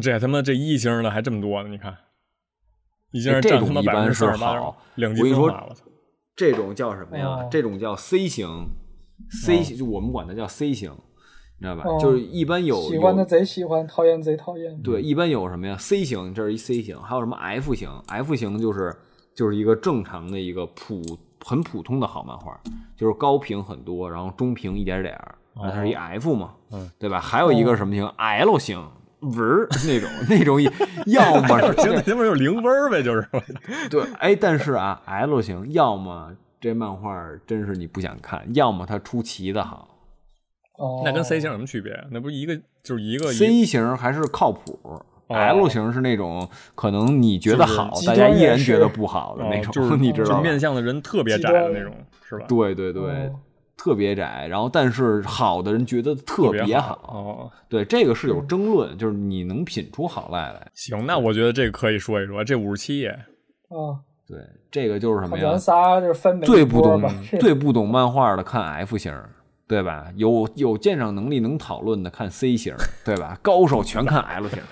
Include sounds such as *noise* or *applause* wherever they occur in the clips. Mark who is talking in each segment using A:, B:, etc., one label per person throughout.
A: 这他妈这一星的还这么多呢，你看，一星
B: 这
A: 占他
B: 种
A: 妈
B: 一
A: 百分
B: 般
A: 之
B: 是
A: 四十八，
B: 好。
A: 两
B: 我
A: 极
B: 跟你
A: 分
B: 说
A: 化，我操！
B: 这种叫什么呀？
C: 哦
B: 这种叫 C 型，C 型、就我们管它叫 C 型，你知道吧？
C: 哎哦
B: 就是一般有
C: 喜欢的
B: 有
C: 贼喜欢，讨厌贼讨厌。
B: 对，一般有什么呀？C 型，这是一 C 型，还有什么 F 型？F 型就是就是一个正常的一个普很普通的好漫画，就是高评很多，然后中评一点点儿，那它是
C: 哦
B: 一 F 嘛，
A: 嗯
B: 对吧？还有一个什么型？L 型。文儿那种那种，要么
C: *laughs*
B: 是
A: 行，那他妈就是零分儿呗，就是。
B: 对，哎，但是啊，L 型要么这漫画儿真是你不想看，要么它出奇的好。
C: 哦，
A: 那跟 C 型有什么区别？啊那不是一个就是一个哦一
B: C 型还是靠谱、l 型是那种可能你觉得好，
C: 就是
B: 大家依然觉得不好的那
A: 哦
B: 种，
A: 就是
B: *laughs* 你知
A: 就
B: 道吧？
A: 面向的人特别
C: 极
A: 窄
C: 端
A: 的那种，是吧？
B: 对对对，
C: 哦
B: 特别窄。然后但是好的人觉得
A: 特
B: 特别
A: 好。哦，
B: 对这个是有争论，就是你能品出好赖来。
A: 行，那我觉得这个可以说一说，这五十七页，
C: 啊，
B: 对，这个就是什么呀
C: 咱？仨就是分每
B: 最
C: 一
B: 不
C: 波
B: 懂
C: 吧， *laughs* 是
B: 最不懂漫画的看 F 型儿，对吧？有有鉴赏能力能讨论的看 C 型儿，对吧？ *laughs* 高手全
C: *laughs*
B: 看 L 型儿。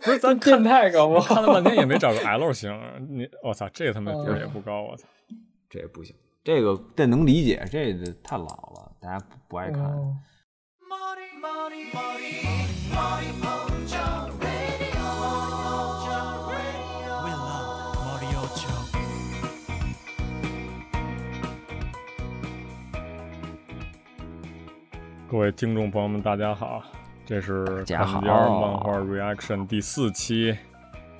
A: 不是咱
C: 变
A: 看
C: 态搞不
A: *laughs*
C: 好。
A: 看了半天也没找个 L 型，你我操，这个他妈分儿也不高，我操！
B: 这不行，这个这能理解，这个太老了，大家不不爱看。
A: *laughs*
C: 哦
A: 各位听众朋友们，大家好，这是《
B: 家
A: 看
B: 好
A: 家漫画 Reaction》第四期，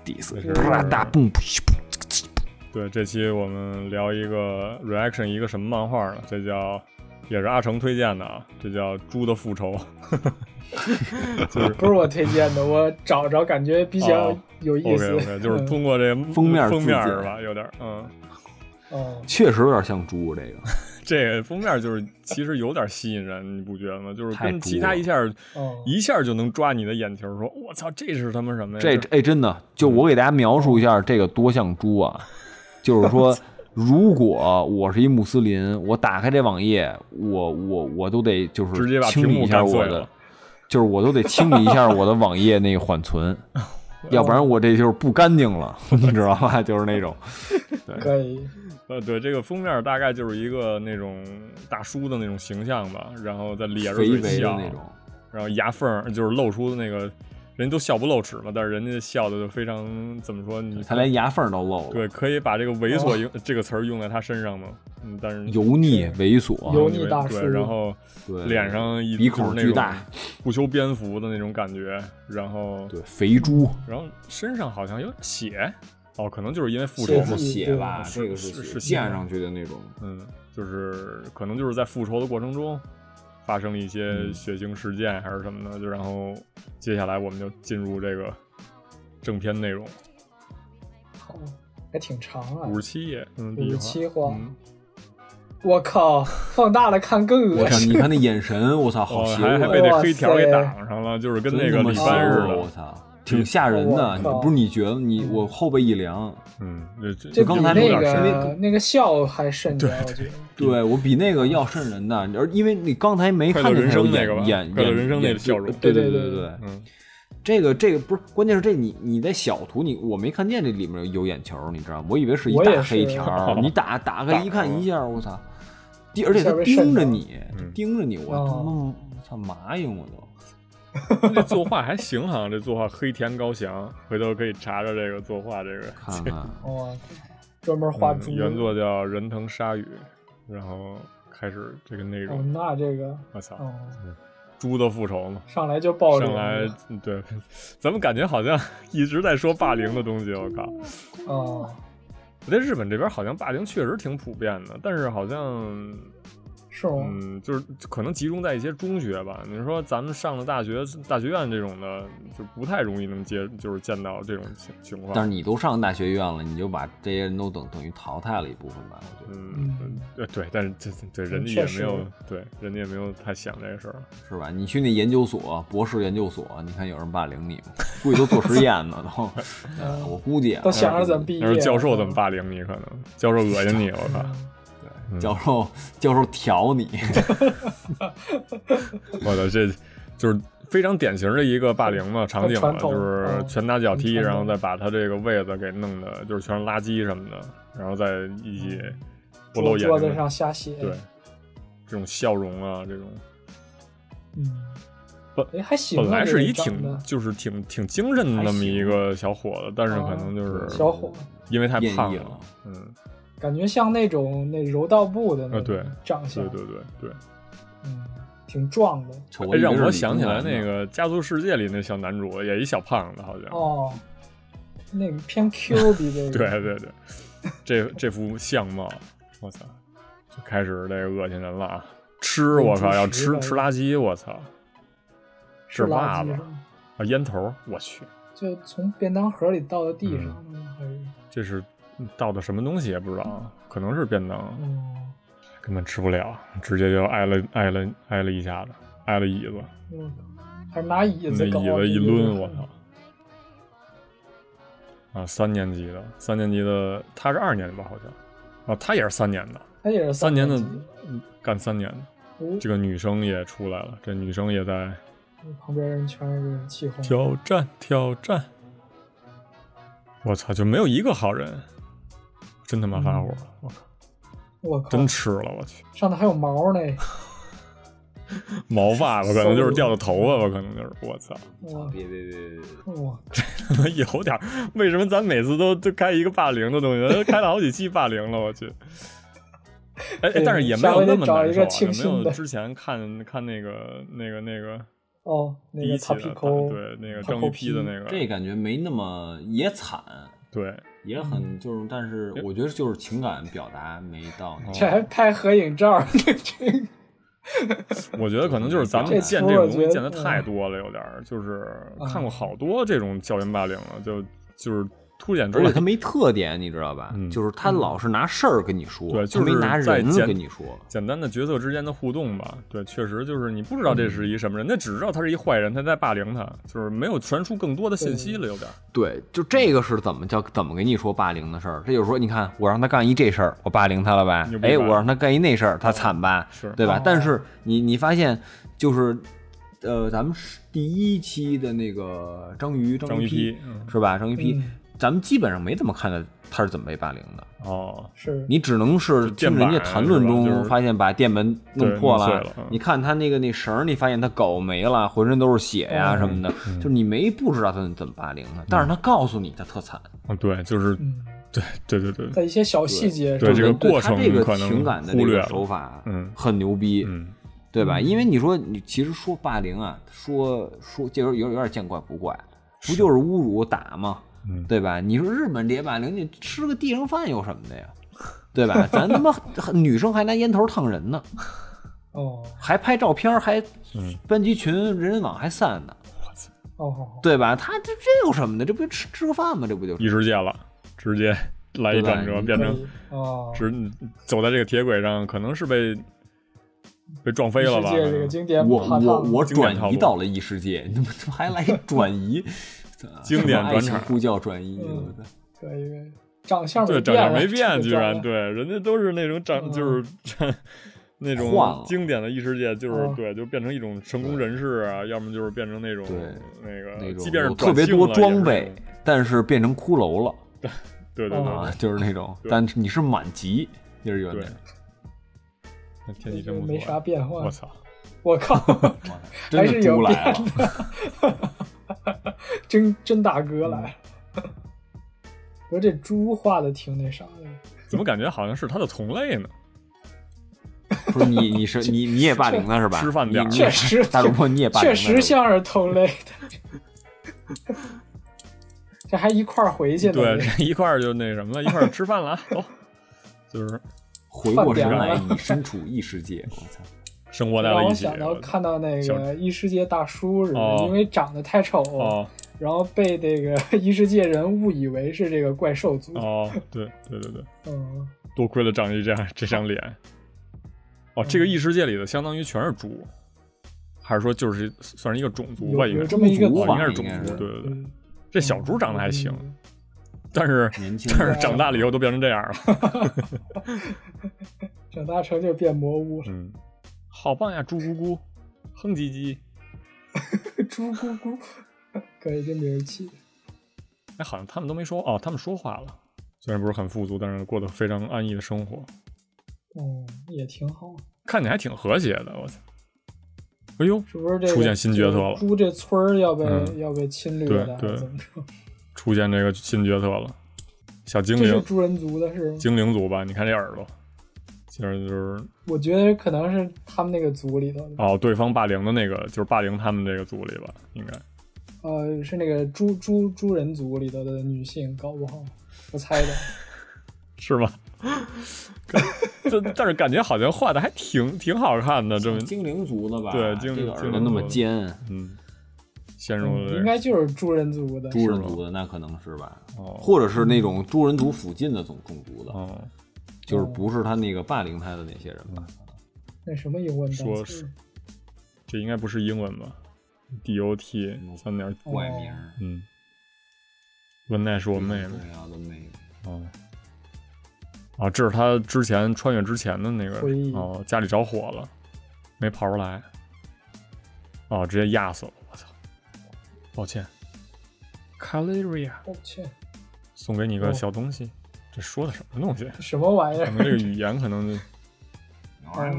B: 第四
A: 这
B: 个
A: 是
B: 啪嗒嘣噗咻噗
A: 对，这期我们聊一个 reaction 一个什么漫画呢？这叫也是阿成推荐的啊，这叫《猪的复仇》， *laughs* 就是
C: 不是我推荐的，我找找感觉比较
A: 哦
C: 有意
A: OK
C: 思。
A: OK，就是
B: *laughs*
C: *laughs* 嗯
A: 通过这
B: 封面
A: 封
B: 自
A: 面
B: 荐
A: 儿吧，有点儿嗯，
C: 哦，
B: 确实有点像猪这个。
A: 这个封面就是其实有点吸引人，你不觉得吗？就是
B: 太
A: 跟
B: 猪
A: 其他
B: 了
A: 一下儿
C: 哦
A: 一下儿就能抓你的眼球，说我操，这是他妈什么呀？
B: 这哎，真的，就
A: 嗯
B: 我给大家描述一下这个多像猪啊，就是
A: *laughs*
B: 说。如果我是一穆斯林，我打开这网页，我我我都得就是
A: 直接把
B: 清
A: 屏
B: 理
A: 幕
B: 一下
A: 干碎
B: 我
A: 了
B: 的，就是我都得清理一下我的网页那个
A: *laughs*
B: 缓存，要不然我这就是不干净了，你知道吧？就是那种，
C: 可以，
A: 呃，对，这个封面大概就是一个那种大叔的那种形象吧，然后再咧着
B: 肥
A: 嘴
B: 肥的
A: 笑
B: 那种。
A: 然后牙缝儿就是露出的那个，人都笑不露齿嘛，但是人家笑的就非常怎么说？你
B: 他连牙缝都露了，
A: 对，可以把这个猥琐用、这个词儿用在他身上吗？嗯，但是
B: 油腻猥琐，
C: 油腻大叔
A: 对，然后
B: 对
A: 脸上一
B: 鼻
A: 就是
B: 孔
A: 那
B: 巨
A: 种
B: 大，
A: 不修边幅的那种感觉，然后
B: 对肥猪，
A: 然后身上好像有血，哦，可能就是因为复仇
C: 血
A: 嘛
C: 迹，
B: 血吧，
A: 是
B: 这个
A: 是
B: 血
A: 是
B: 溅
A: 血
B: 上去的那种，
A: 嗯，就是可能就是在复仇的过程中发生了一些
B: 嗯
A: 血腥事件还是什么的，就然后接下来我们就进入这个正片内容，
C: 好，还挺长啊
A: 五，十七页，嗯，第一
C: 五
A: 话
C: 十七话。
A: 嗯，
C: 我靠，放大了看 *laughs* 更
B: 我
C: 恶
B: 操！
C: 心。
B: 你看那眼神，
C: *laughs*
B: 我操，好
A: 哦，
B: 邪
A: 还还
B: 恶
A: 被
B: 呀，
A: 那
C: 哇
A: 黑条给
C: 塞
A: 挡上了，就是跟
B: 真
A: 那个
B: 他妈
A: 李
B: 邪
A: 班似
B: 恶，我
A: 的，
B: 操，挺吓人的。
C: 我
B: 你
C: 靠
B: 不是你觉得你我后背一凉，
A: 嗯，这这
C: 这
B: 刚
C: 比
B: 才那
C: 那
B: 点声
C: 个
B: 音
C: 那个笑还瘆人，我觉得。
B: 对我比那个要瘆人的，而因为你刚才没
A: 快
B: 看
A: 乐
B: 见
A: 人
B: 他有
A: 生那
B: 眼
A: 个吧
B: 眼
A: 快乐
B: 眼
A: 人生那
B: 眼
A: 个笑容
B: 对
C: 对
B: 对
C: 对
B: 对
C: 对
B: 对，
A: 嗯，
B: 这个这个不是关键是这你你在小图你我没看见这里面有眼球，你知道吗？我以为是一
C: 我也
B: 大
C: 是
B: 黑条儿，
A: *laughs*
B: 你打打开一看一下，我
C: *laughs*
B: 操！盯而且
C: 下
B: 他
C: 边
B: 盯
C: 渗
B: 着
C: 着
B: 你，他
A: 嗯
B: 盯着你，我他妈
C: 哦
B: 我操麻痒我都。
A: 这作画还行哈，这作画黑田高翔，回头可以查查这个作画这个
B: 看看，
C: 哇，专门画猪。
A: 嗯原作叫人藤鲨鱼，然后开始这个内
C: 哦，
A: 容，
C: 那这个
A: 我操，
C: 哦，
A: 猪的复仇嘛。
C: 上来就暴力
A: 上来
C: 了。
A: 嗯对， *laughs* 咱们感觉好像 *laughs* 一直在说霸凌的东西。我靠，
C: 哦，
A: 我在日本这边好像霸凌确实挺普遍的，但是好像
C: 是吗？
A: 嗯，就是可能集中在一些中学吧。你说咱们上了大学、大学院这种的，就不太容易能接，就是见到这种情情况。
B: 但是你都上大学院了，你就把这些人都等等于淘汰了一部分吧，我觉得
A: 嗯
C: 嗯，
A: 呃，对，但是这对人家
C: 确
A: 也
C: 实
A: 没有，对人家也没有太想这个事儿。
B: 是吧？你去那研究所，博士研究所，你看有人霸凌你 *laughs* 吗？估计都做实验呢，都。呃我估计啊
C: 都想着怎么毕业。
A: 要是教授怎么？霸凌你？可能教授恶心你，我
C: *laughs*
A: 靠！
B: *laughs* 教授教授调你，
A: 我的这就是非常典型的一个霸凌嘛场景嘛，
C: 传统
A: 就是
C: 嗯
A: 拳打脚踢，
C: 很传
A: 然
C: 统
A: 后再把他这个位子给弄的，就是全是垃圾什么的，然后再一起不露眼
C: 嗯桌
A: 睛的，
C: 子上瞎写。
A: 对，这种笑容啊，这种
C: 嗯，
A: 不
C: 哎，还行啊。
A: 本来是一
C: 这人长
A: 挺
C: 得
A: 就是挺挺精神的那么一个小伙子，但是可能就是
C: 啊哦小伙，
A: 因为 *laughs* 太
B: 艳 *laughs*
A: 胖
B: 逸
A: 了
B: 了，
A: 嗯，
C: 感觉像那种那柔道部的那
A: 啊对
C: 种长
A: 对
C: 相，
A: 对对对。
C: 嗯，挺壮的。
B: 瞅
A: 哎，
B: 过一
A: 让
B: 个
A: 我
B: 是理
A: 想
B: 工
A: 起来
B: 男的
A: 那个《家族世界》里那小男主，也一小胖子，好像。
C: 哦，那个偏
A: *laughs*
C: Q 比这个。
A: 对对对，
C: *laughs*
A: 这这副相貌，我操，就开始这恶心人了啊！吃，
C: 嗯
A: 我靠，
C: 主
A: 要
C: 食
A: 吃
C: 呗
A: 吃垃圾，我操，
C: 是
A: 是袜
C: 垃圾
A: 子
C: 是吗？
A: 啊，烟头，我去，
C: 就从便当盒里倒到地
A: 嗯
C: 上呢，还是
A: 这是倒的什么东西也不知道啊，可能是便当，
C: 嗯
A: 根本吃不了，直接就挨了挨了挨了一下子，挨了椅子，
C: 嗯，还是拿椅
A: 那
C: 子搞
A: 椅子一抡，我操！啊，三年级的，三年级的，他是二年吧，好像，啊，他也是三年的，
C: 他也是
A: 三年的
C: 级，
A: 嗯干三年的，
C: 哦
A: 这个女生也出来了，这女生也在
C: 旁边人全是气哄。
A: 挑战挑战。我操，就没有一个好人，真他妈发火了！嗯我靠，
C: 我靠
A: 真，吃了，我去，
C: 上头还有毛呢！
A: 毛发吧，可能就是掉的头发吧，可能就是，我操，
B: 操
C: 我
B: 别别别别别！
C: 我
A: 他妈 *laughs* 有点儿，为什么咱每次都都开一个霸凌的东
C: *laughs*
A: 西，开了好几期霸凌了，我去。哎，哎但是也没有那么难
C: 下回得找一个
A: 受、
C: 清
A: 啊，也没
C: 新的
A: 有之前看看那个那个那个
C: 哦，那
A: 第一
C: 个
A: 期
C: 塔
A: 的
C: 皮
A: 他，
C: 抠，
A: 对那个
C: 塔
A: 章
C: 扣
A: 鱼批的
C: 皮
A: 那个，
B: *laughs* 这感觉没那么也惨，
A: 对，
B: 也很
A: 嗯
B: 就是，但是我觉得就是情感表达没到
A: 哦
B: 那
C: 这
B: 个。
C: 还拍合影照， *laughs* 这这
A: 我觉得可能就是咱们
B: 这
A: 见
C: 出
A: 这种
C: 我
A: 东西
C: 觉得嗯啊
A: 见的太多了，有点儿就是看过好多这种校园霸凌了，就就是凸显出
B: 而且
A: 来
B: 他没特点，你知道吧？
A: 嗯
B: 就是他老是拿事儿跟你说，
A: 对
B: 他没
A: 就是
B: 拿
A: 在
B: 人
A: 简
B: 跟你说。
A: 简单的角色之间的互动吧。对，确实就是你不知道这是一什么人，那只知道他是一坏人，他在霸凌他，就是没有传输更多的信息了，有点儿。
B: 对，就这个是怎么叫怎么跟你说霸凌的事儿？这就是说，你看我让他干一这事儿，我霸凌他了吧
A: 牛？逼吧
B: 哎，我让他干一那事儿，他惨吧？
A: 哦是
B: 对吧？
C: 哦
B: 但是你你发现就是，呃，咱们是第一期的那个章鱼章
A: 章鱼
B: 批
A: 批，嗯，
B: 是吧？章鱼批，
C: 嗯
B: 咱们基本上没怎么看到他是怎么被霸凌的。
A: 哦，
C: 是
B: 你只能是听人家谈论
A: 就电板是吧就
B: 中
A: 是
B: 发现把电门弄破
A: 对弄碎了嗯
B: 你看他那个那绳儿，你发现他狗没了，浑身都是血呀、
C: 嗯
B: 什么的，就是你没不知道他怎么霸凌的，但是他告诉你他特惨，
A: 嗯对，就是
C: 嗯，
A: 对对对对，
C: 在一些小细节
A: 对
C: 上，
A: 这个
B: 就对
A: 过
B: 他
A: 程
B: 这个
A: 可能
B: 情感的
A: 忽
B: 这
A: 略
B: 个
A: 了
B: 手法，
A: 嗯
B: 很牛逼，
A: 嗯，
B: 对吧？因为你说你其实说霸凌啊，说说这有有点见怪不怪，不就是侮辱打吗？
A: 嗯
B: 对吧？你说日本这些霸凌，你吃个地上饭有什么的呀？对吧？咱他妈 *laughs* 女生还拿烟头烫人呢。
C: 哦
B: 还拍照片儿，还
A: 嗯
B: 班级群、人人网还散呢，
C: 哦，
B: 对吧？他这这有什么的？这不就吃吃个饭吗？这不就
A: 异世界了，直接来一转折，
B: 对吧
A: 变
C: 可
A: 成
C: 以哦，
A: 直走在这个铁轨上，可能是被被撞飞了
C: 世
A: 吧？
C: 界
A: 可
C: 这个
A: 能
C: 经典
B: 我
C: 爬烫
B: 我我
A: 经典套
B: 转
A: 路
B: 移到了异世界， *laughs* 你怎么还来转 *laughs* 移？啊
A: 经典
B: 什么
A: 转
B: 爱情
A: 场
B: 呼叫转移，
C: 嗯
B: 我操
C: 可以可以长相
A: 对，长相
C: 相
A: 没变，居然
C: 对。
A: 对，人家都是那种长，
C: 嗯
A: 就是 *laughs* 那
B: 换了
A: 种经典的异世界，就是
C: 嗯
A: 对，就变成一种成功人士啊，要么就是变成那种
B: 对
A: 那
B: 那
A: 个，
B: 种
A: 即便是
B: 有特
A: 转
B: 别
A: 性
B: 多
A: 了
B: 装
A: 也
B: 备
A: 是，
B: 但是变成骷髅了
A: 对对
B: 啊
C: 嗯
A: 对，，
B: *laughs* 就是那种，
A: 对
B: 但是你是满级，就是有
A: 对
B: 点，
A: 那天气真不错，
C: 没啥变化
A: 我。操，
C: 我靠， *laughs*
B: 真
C: 还是
B: 的
C: 有
B: 猪来了 *laughs*
C: 变，真真大哥来。
A: 嗯
C: 我说这猪画的挺那啥的，
A: 怎么感觉好像是他的同类呢？
B: 不是你你是你你也霸凌了是吧？
A: 吃饭点儿
B: 你你
C: 确实
B: 大主播你也霸凌
C: 确
B: 了是吧
C: 实像是同类的。 *laughs* 这还一块儿回去呢，
A: 对，这 *laughs* 一块儿就那什么了，一块儿吃饭了啊，走， *laughs* 就是
B: 回过神
C: 饭点
B: 来，
C: 儿
B: 你身处异世界，我操！
A: 生活在
C: 让
A: 了
C: 我
A: 一起
C: 想。到看到那
A: 小
C: 个异世界大叔似的
A: 哦，
C: 因为长得太丑，
A: 哦
C: 然后被这个 *laughs* 异世界人误以为是这个怪兽族。
A: 哦，对对对对，
C: 嗯，
A: 多亏了张一这样这张脸。哦，这个异世界里的相当于全是猪，还是说就是算是一个种族吧？
C: 有
A: 应该
C: 有这么一个
A: 哦
B: 种
A: 应该是
B: 族
A: 种
B: 吧应该
A: 族。
B: 是
A: 对对对，
C: 嗯
A: 这小猪长得还行，
C: 嗯
A: 但是
B: 年轻
A: 但是长大了以后都变成这样了。
C: 长大成就变魔屋了，
A: 嗯，好棒呀，猪咕咕，哼唧唧，
C: 猪咕咕，可以这名儿起的。
A: 哎，好像他们都没说哦，他们说话了，虽然不是很富足，但是过得非常安逸的生活，
C: 哦，也挺好。
A: 看起来还挺和谐的。我操！哎呦，
C: 是不是这个
A: 出现新角色了
C: 猪这村儿要被、
A: 嗯
C: 要被侵略了，还
A: 对
C: 是怎么着？
A: 出现这个新角色了，小精
C: 这是
A: 灵，
C: 猪人族的是吗？
A: 精灵族吧？你看这耳朵，其实就是
C: 我觉得可能是他们那个族里头的，
A: 哦，对方霸凌的那个，就是霸凌他们这个族里吧，应该。
C: 呃，是那个猪猪猪人族里头的女性，搞不好，
A: *laughs*
C: 我猜的。
A: 是
C: *laughs*
A: 吗？这但是感觉好像画的还挺挺好看的，这么
B: 精灵族的吧？
A: 对精灵
B: 这个耳
A: 精
B: 朵
A: 灵
B: 那么
A: 族的
B: 尖，
A: 嗯，陷入了这
C: 嗯
A: 个
C: 应该就是猪人族的，
B: 猪人族的那可能是吧？
A: 哦
B: 或者是那种猪人族附近的种种族的，
A: 哦，
B: 就是不是他那个霸凌他的那些人吧？
C: 那什么英文单
A: 说
C: 词
A: 是？这应该不是英文吧？D O T 小鸟，
B: 怪名儿，
A: 嗯，文奈是我妹妹
B: 重要的妹妹。
A: 哦。啊，这是他之前穿越之前的那个
C: 回忆
A: 哦，家里着火了，没跑出来，哦，直接压死了，我操！抱歉 c a l i r i a
C: 抱歉，
A: 送给你个
C: 哦
A: 小东西，这说的什么东西？
C: 什么玩意
A: 可
C: 儿？ *laughs*
A: 能这个语言可能就
B: 哎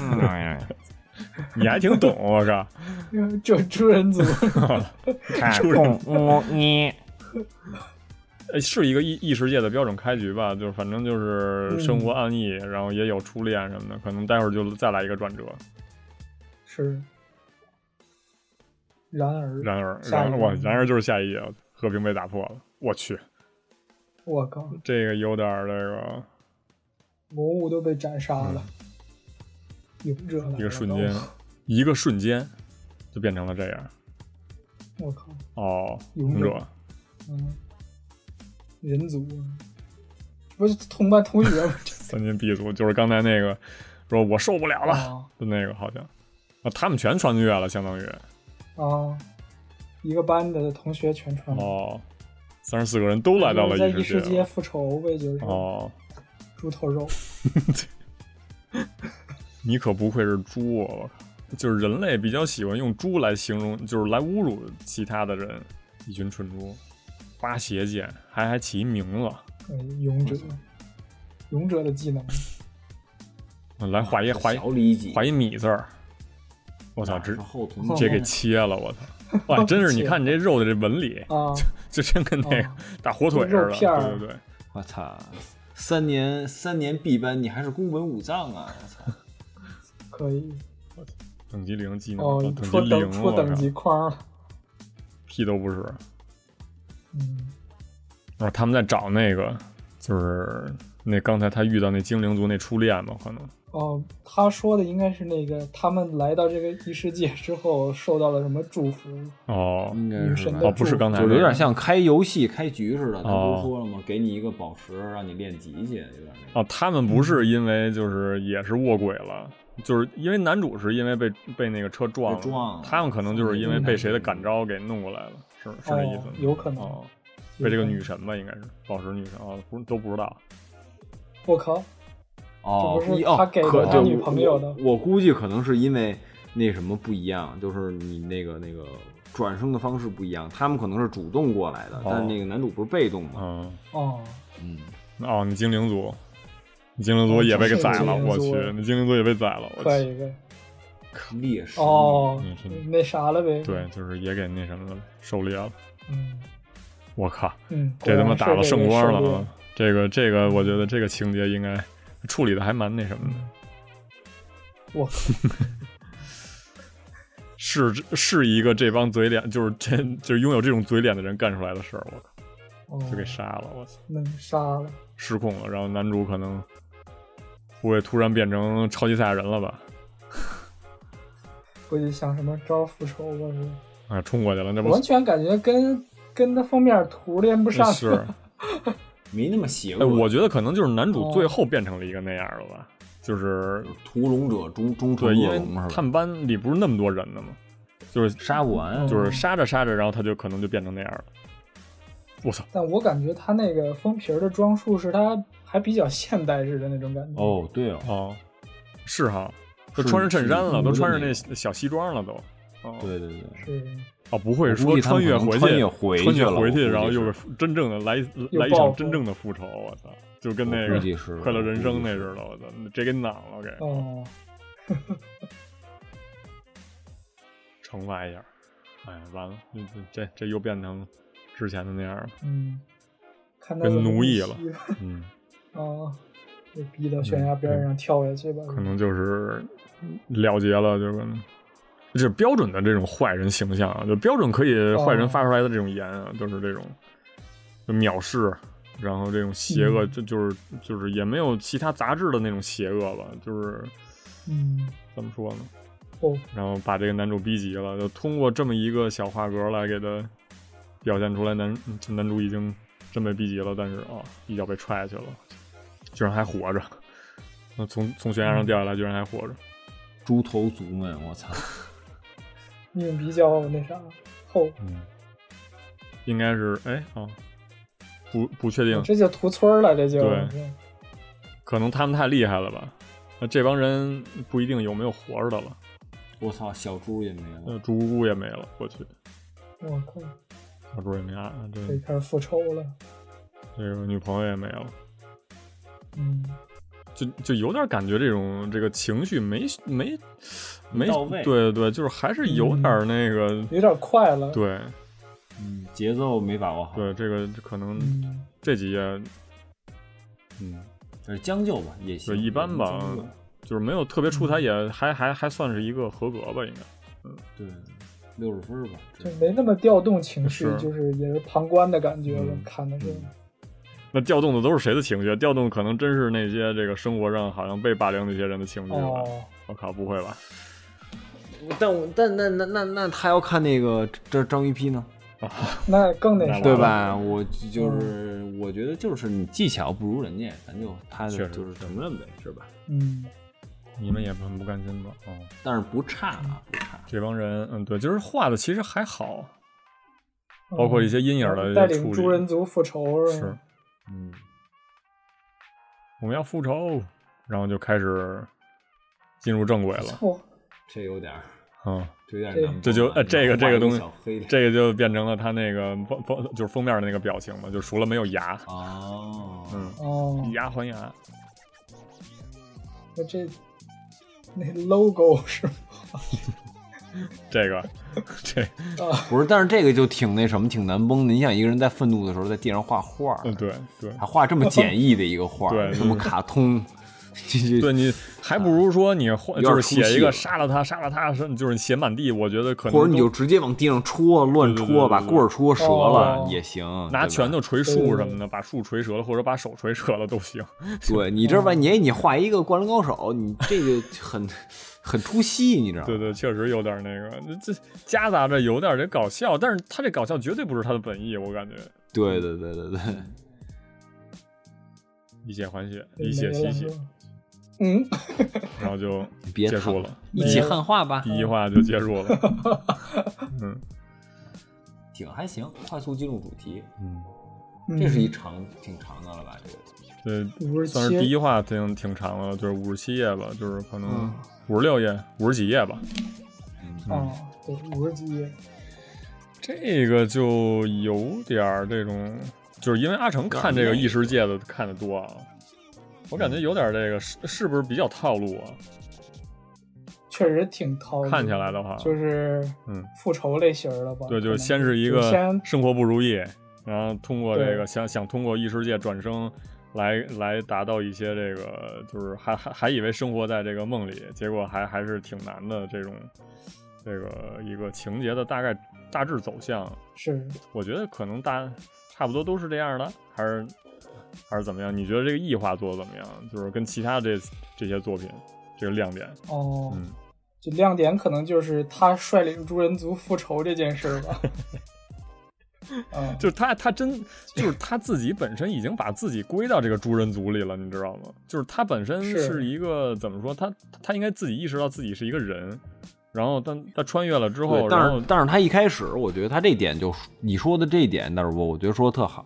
A: *laughs* 你还挺懂，我靠！
C: 嗯就猪人族，
A: 猪
B: 嗯
A: 人
D: 五一，
A: 哎是一个异异世界的标准开局吧，就是反正就是生活安逸，然后也有初恋什么的，可能待会儿就再来一个转折。
C: 是。然而，
A: 然而，
C: 下
A: 然
C: 一
A: 而
C: 个
A: 我然而就是下一页和平被打破了，我去，
C: 我靠，
A: 这个有点儿这
C: 魔物都被斩杀了，勇者
A: 嗯个
C: 来了
A: 一个瞬间，一个瞬间就变成了这样。
C: 我靠，
A: 哦，
C: 勇
A: 勇
C: 者
A: 者，
C: 嗯，人族，这不是同班同学吗？ *laughs*
A: 三金 B 组就是刚才那个说我受不了了、
C: 啊
A: 就那个好像啊，他们全穿越了，相当于。
C: 啊，一个班的同学全穿了，
A: 哦，三十四个人都来到了
C: 在
A: 异世
C: 异世
A: 界
C: 界
A: 了。
C: 复仇呗，就是
A: 哦，
C: 猪头肉，
A: 你可不愧是猪、哦，我靠！就是人类比较喜欢用猪来形容，就是来侮辱其他的人，一群蠢猪，八邪剑还还起名了。
C: 哎勇者，勇者的技能，
A: 嗯来
C: 哦
A: 画一画一
B: 小里脊，
A: 画一米字儿，我操，直
B: 是
C: 啊
B: 后臀
A: 直接给切了，
C: *laughs*
A: 我操！哇，真是你看你这肉的这纹理， *laughs*
C: 啊，
A: 就真跟那个
C: 哦
A: 大火腿似
C: 肉片
A: 的，
C: 儿
A: 对对对。
B: 我操，三年三年 B 班，你还是宫本武藏啊！我操，
C: 可以，
A: 等级零技能，
C: 哦
A: 嗯等，级
C: 出等
A: 零，
C: 出
A: 我
C: 等
A: 操
C: 级框了，
A: 屁都不是。
C: 嗯，
A: 然后他们在找那个，就是那刚才他遇到那精灵族那初恋嘛，可能
C: 哦，他说的应该是那个他们来到这个异世界之后受到了什么祝福，
A: 哦
B: 应该
C: 女
B: 是
C: 神
B: 吧
C: 的
A: 哦，不是刚才
B: 就
A: 那
B: 是
A: 个
B: 有点像开游戏开局似的，他不
A: 哦
B: 是说了吗？给你一个宝石，让你练级去，有点那个。
A: 哦，他们不
C: 嗯
A: 是因为就是也是卧轨了，就是因为男主是因为被被那个车撞了，
B: 被撞了
A: 他们可能就是因为被谁的感召给弄过来了，是是这意思吗
C: 哦？有可能
A: 哦，被这个女神吧，应该是宝石女神啊，不都不知道。
C: 我靠，
B: 哦，
C: 这不是
B: 一哦
C: 他给了
B: 可
C: 他
B: 对
C: 女
B: 我
C: 朋友的
B: 我。我估计可能是因为那什么不一样，就是你那个那个转生的方式不一样，他们可能是主动过来的，但是那个男主不是被动吗？
A: 嗯，
C: 哦，
B: 嗯，
A: 哦，那精灵族，那哦精灵族也被给宰了，我去，那精灵族也被宰了，我
C: 可
A: 去，
C: 以可以，
B: 劣势
C: 哦
A: 女神，
C: 那啥了呗，
A: 对，就是也给那什么了，狩猎了，
C: 嗯
A: 我靠。
C: 嗯，
A: 这他妈打了圣光了
C: 啊
A: 啊！！这个这个，我觉得这个情节应该处理的还蛮那什么的。
C: 我靠，
A: 是是一个这帮嘴脸，就是这就是拥有这种嘴脸的人干出来的事儿，我靠，
C: 哦
A: 就给杀了，我操，
C: 弄杀了，
A: 失控了。然后男主可能不会突然变成超级赛亚人了吧？
C: 估计想什么招复仇吧是。
A: 啊，冲过去了，那不
C: 完全感觉跟跟他封面图连不上。
A: 是？
B: 没那么邪
A: *laughs*
B: 恶。
A: 哎，我觉得可能就是男主最后变成了一个那样的吧，就是
B: 屠龙者中中成
A: 对，因
B: 恶
A: 为
B: 龙
A: 他
B: 是吧？
A: 们班里不是那么多人的嘛，就是
B: 杀不完，啊
C: 嗯
A: 就是杀着杀着，然后他就可能就变成那样了。我操！
C: 但我感觉他那个封皮儿的装束是他还比较现代式的那种感觉。，
B: 哦，对哦，
A: 哦，是哈，都
B: 是
A: 穿着衬衫了，
B: 是
A: 都穿着
B: 那
A: 那小西装了，都。哦
B: 对对对，
C: 是
A: 哦，不会是
B: 我
A: 说
B: 估计他
A: 穿
B: 们
A: 越
B: 可能
A: 回去，
B: 穿越回
A: 穿
B: 去
A: 越
B: 了
A: 回
B: 我估计
A: 然后
B: 是
A: 又是真正的来
C: 又
A: 来一
C: 报
A: 场
C: 复
A: 真正的复仇，我操，就跟
B: 我
A: 那
B: 估
A: 个
B: 计是
A: 《 *laughs* 快乐人生》那
B: 是。
A: 似的，我操，直接给攮了，给
C: 哦，
A: 惩罚一下。哎呀，完了，这这这这又变成之前的那样了，
C: 嗯，看到
A: 跟奴役了
C: 啊
A: 嗯，，
C: 哦被逼到悬崖边上跳下去吧，
A: 可能就是了结了，就跟就是标准的这种坏人形象啊，就标准可以坏人发出来的这种言啊，就是这种就藐视，然后这种邪恶，
C: 嗯
A: 就就是就是也没有其他杂志的那种邪恶吧，就是
C: 嗯，
A: 怎么说呢？
C: 哦，
A: 然后把这个男主逼急了，就通过这么一个小画格来给他表现出来男，这男主已经真被逼急了，但是啊、一脚被踹下去了，居然还活着，那从从悬崖上掉下来，居然还活着，
B: 猪头族们，我操！
C: 命比较那啥厚，
A: 嗯，应该是哎啊、不不确定，
C: 这就屠村儿了，这就
A: 对可能他们太厉害了吧，那这帮人不一定有没有活着的了，
B: 我操，小猪也没了。
A: 那猪姑姑也没了，我去，
C: 我靠，
A: 小猪也没了，这
C: 这开始复仇了，
A: 这个女朋友也没了。
C: 嗯，
A: 就就有点感觉这种这个情绪没没没
B: 到位
A: 对对，就是还是有点
C: 嗯
A: 儿那个，
C: 有点快了，
A: 对
B: 嗯，节奏没把握好。
A: 对，这个可能
C: 嗯，
A: 这几页，嗯，
B: 就是将就吧，也行，
A: 对一般吧
B: 将就
A: 就是没有特别
C: 嗯
A: 出彩，也还还还算是一个合格吧，应该。
B: 对，六十分吧。
C: 就没那么调动情绪，
A: 是
C: 就是也是旁观的感觉了，
A: 嗯
C: 看的是，
A: 那调动的都是谁的情绪？调动可能真是那些这个生活上好像被霸凌那些人的情
B: 嗯
A: 绪吧。
C: 哦，
A: 我靠，不会吧？
B: 但我但那那那那他要看那个这章鱼批呢，嗯
C: 那更那啥，
B: 对？吧？我就是我觉得就是你技巧不如人家，咱就他
A: 确
B: 就
A: 实
B: 是承认呗，是吧？
C: 嗯，
A: 你们也很不甘心吧？哦，
B: 但是不差啊，不差。
A: 这帮人，嗯，对，就是画的其实还好，
C: 嗯
A: 包括一些阴影的
C: 哦带
A: 处
C: 领
A: 理
C: 猪人族复仇
A: 是
C: 吧？。
B: 嗯，
A: 我们要复仇，然后就开始进入正轨了。
C: 哦，
B: 这有点儿，
A: 嗯，
B: 这有点
C: 这
B: 难。
A: 这就呃这个这个东西
B: 小黑脸
A: 这个就变成了他那个封封就是封面的那个表情嘛，就除了没有牙，
B: 哦，
A: 嗯，
C: 哦，
A: 以牙还牙，
C: 那这那 logo 是吗？
A: 这个 *laughs* 这
B: 不是，但是这个就挺那什么，挺难崩的。你想一个人在愤怒的时候在地上画画儿，
A: 嗯对对
B: 还画
A: *laughs*
B: 这么简易的一个画儿，
A: 对
B: 这么卡通，这这
A: 对，你还不如说你画
B: 有点
A: 就是
B: 出
A: 写
B: 戏
A: 一个
B: 了
A: 杀了他杀了他，是就是写满地，我觉得可能
B: 或者你就
A: 都
B: 直接往地上戳，乱
A: 对对对
B: 戳，
A: 对
B: 把
A: 对
B: 棍儿戳折了
C: 哦
B: 也行，
A: 拿
B: 对吧嗯
A: 拳。头捶
C: 对对
A: 树
C: 对
A: 什么的，把树捶折了，或者把手捶折了都行。
B: 啊对你这万年你画一个灌篮高手，你这个很很出戏，你知道
A: 对
B: 吗？
A: 对，确实有点那个，这这夹杂着有点这搞笑，但是他这搞笑绝对不是他的本意，我感觉。
B: 对对对对对，
A: 以血还血，
C: 没
A: 以血洗
C: 了
A: 血
C: 是，吧嗯，
A: 然后就
B: 别
A: 结
B: 谈
A: 束了，
B: 一起汉化吧
A: 第，一话就结束了。嗯
B: 挺还行，快速进入主题，
A: 嗯，
B: 这是一长挺长的了吧？这个
A: 这
C: 五十
A: 算是第
C: 七，哦
A: 一话挺挺长了，就是五十七页吧，就是可
C: 嗯
A: 能五十六页、五十几页吧。
C: 啊，
A: 嗯
C: 对，五十几，
A: 这个就有点儿这种，就是因为阿成看这个异世界的看的多啊，我感觉有点儿这个是是不是比较套路啊？
C: 嗯确实挺掏的，
A: 看起来的话，
C: 就是
A: 嗯
C: 复仇类型儿的吧？
A: 对，就
C: 可
A: 是
C: 能
A: 先是一
C: 就
A: 个
C: 先
A: 生活不如意，然后通过这
C: 对
A: 个想想通过异世界转生来来达到一些这个，就是还还还以为生活在这个梦里，结果还还是挺难的这种这个一个情节的大概大致走向，
C: 是
A: 我觉得可能大差不多都是这样的，还是还是怎么样？你觉得这个异化做的怎么样？就是跟其他这这些作品这个亮点，
C: 哦，
A: 嗯，
C: 就亮点可能就是他率领诸人族复仇这件事
A: *laughs*
C: 儿吧。嗯，
A: 就是他，他真就是他自己本身已经把自己归到这个猪人族里了，你知道吗？就是他本身
C: 是
A: 是一个怎么说？他他应该自己意识到自己是一个人，然后但他穿越了之后
B: 对，，但
A: 然后
B: 是但是他一开始，我觉得他这点就你说的这一点，但是我我觉得说的特好。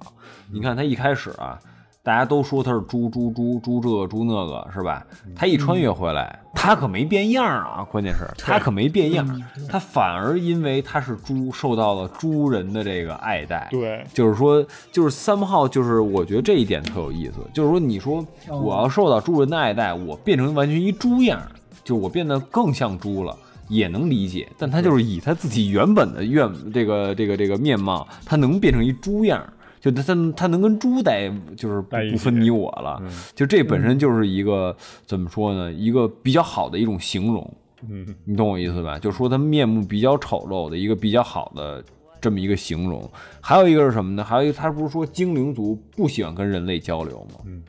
B: 你看他一开始啊，大家都说他是猪猪猪猪这猪那个是吧？他一穿越回来，他可没变样啊！关键是他可没变样，他反而因为他是猪，受到了猪人的这个爱戴。
A: 对，
B: 就是说，就是三号，就是我觉得这一点特有意思。就是说，你说我要受到猪人的爱戴，我变成完全一猪样，就我变得更像猪了，也能理解。但他就是以他自己原本的愿这个这个这个面貌，他能变成一猪样，就他他他能跟猪待，就是不
A: 在一起
B: 不分你我了。
A: 嗯
B: 就这本身就是一个怎么说呢？一个比较好的一种形容。
A: 嗯，
B: 你懂我意思吧？就说他面目比较丑陋的一个比较好的这么一个形容。还有一个是什么呢？还有一个，他不是说精灵族不喜欢跟人类交流吗？
A: 嗯，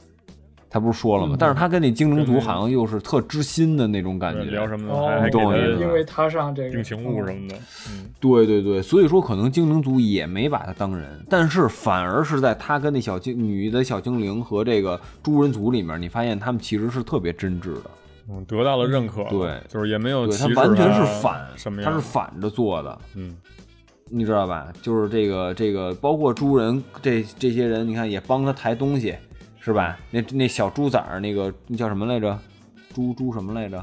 B: 他不是说了吗？但是他跟那精灵族好像又是特知心的那种感觉。
A: 聊什么呢？
C: 哦
A: 还还给
B: 懂我意思
A: 他
C: 因为他上这个
A: 定情物什么的，嗯，
B: 对对对，所以说可能精灵族也没把他当人，但是反而是在他跟那小精女的小精灵和这个猪人族里面，你发现他们其实是特别真挚的。
A: 嗯，得到了认可，
B: 对
A: 就是也没有
B: 对
A: 歧
B: 他
A: 视
B: 完全
A: 啊
B: 是反，
A: 什么
B: 他
A: 样，
B: 是反着做的。
A: 嗯，
B: 你知道吧？就是这个这个，包括猪人这这些人，你看也帮他抬东西，是吧？那那小猪崽儿，那个那叫什么来着？猪猪什么来着？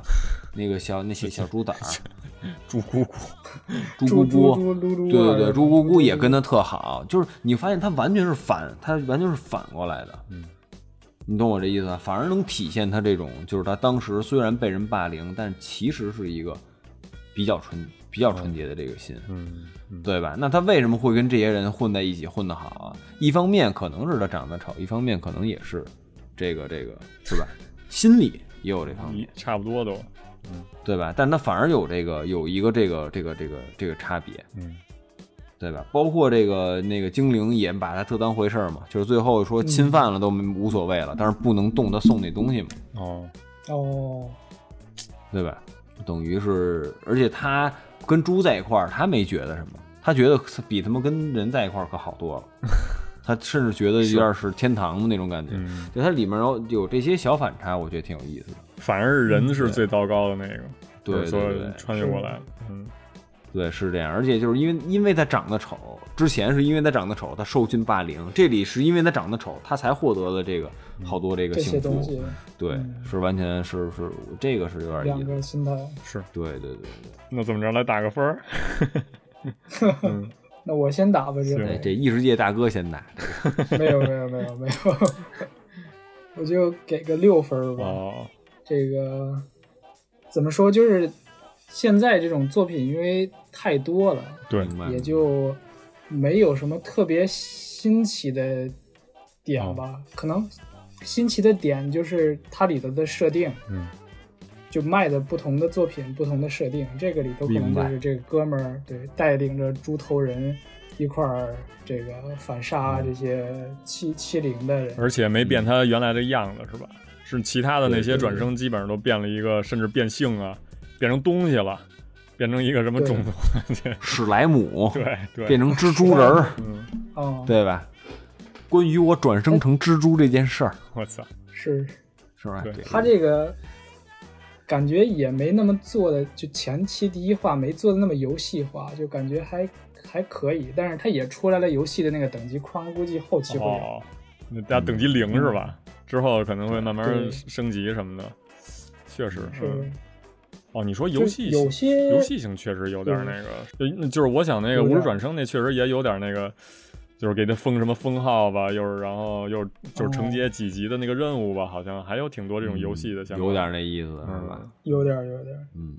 B: 那个小那些小猪崽儿，
A: 猪姑姑，
B: 猪
C: 猪
B: 咕
C: 猪
B: 咕，
C: 猪噜噜，
B: 对对对，猪咕咕也跟他特好，就是你发现他完全是反，他完全是反过来的。
A: 嗯，
B: 你懂我这意思吧？反而能体现他这种，就是他当时虽然被人霸凌，但其实是一个比较纯、比较纯洁的这个心。
A: 嗯嗯，
B: 对吧？那他为什么会跟这些人混在一起，混得好啊？一方面可能是他长得丑，一方面可能也是这个这个是吧？心理也有这方面
A: 一，差不多都，
B: 对吧？但他反而有这个有一个这个这个这个这个差别，
A: 嗯，
B: 对吧？包括这个那个精灵也把他特当回事儿嘛，就是最后说侵犯了都没无所谓了，但是不能动他送那东西嘛，
A: 哦，
C: 哦，
B: 对吧？等于是，而且他跟猪在一块儿，他没觉得什么，他觉得比他妈跟人在一块儿可好
A: *laughs*
B: 多了。他甚至觉得有点是天堂的那种感觉，
A: 嗯，
B: 就它里面有有这些小反差，我觉得挺有意思的。
A: 反而是人是最糟糕的那个，就
B: 嗯对
A: 是
B: 对
A: 所有
B: 对
A: 人穿越过来，嗯，
B: 对，是这样。而且就是因为因为他长得丑，之前是因为他长得丑，他受尽霸凌；这里是因为他长得丑，他才获得了这个好多这个
C: 嗯这些
B: 幸
C: 东
B: 福
C: 西。嗯
B: 对，是完全是是这个是有点
C: 两
B: 意思。
C: 个心态。
B: 对对对对，
A: 那怎么着来打个分儿？
C: 那我先打吧，这
A: 行
B: 对
C: 回
B: 哎这异世界大哥先打，
C: *laughs* 没有没有没有没有，我就给个六分儿吧。
A: 哦，
C: 这个怎么说，就是现在这种作品因为太多了，
A: 对，
B: 明白吗？
C: 也就没有什么特别新奇的点
B: 哦
C: 吧。可能新奇的点就是它里头的设定，
A: 嗯，
C: 就卖的不同的作品、不同的设定。这个里头可能
B: 明
C: 就
B: 白
C: 是这个哥们儿对带领着猪头人一块儿这个反
B: 嗯
C: 杀这些欺欺凌的人。
A: 而且没变他原来的样子，是吧？
C: 嗯
A: 是其他的那些转生基本上都变了一个，甚至变性啊，变成东西了，变成一个什么种族？
B: 史莱姆
A: *laughs* 对对，
B: 变成蜘蛛人儿，
C: 哦，
B: 对吧？关于我转生
C: 哎
B: 成蜘蛛这件事儿，
A: 我操，
C: 是
B: 是吧
A: 对？
C: 他这个感觉也没那么做的，就前期第一话没做的那么游戏化，就感觉还还可以。但是他也出来了游戏的那个等级框，估计后期会有。
A: 哦，那大家等级零是吧？之后可能会慢慢
C: 嗯对
A: 升级什么的，确实
C: 是
A: 嗯。哦，你说
C: 就
A: 游戏
C: 有些
A: 游戏性确实有点那个，就那就是我想那个
C: 嗯有
A: 无
C: 点
A: 职转生那确实也有点那个，就是给他封什么封号吧，又是然后又是就是承接几级的那个任务吧，好像还有挺多这种游戏的相关，
B: 有点那意思，
A: 嗯
B: 是吧？
C: 有点儿有点儿，
B: 嗯，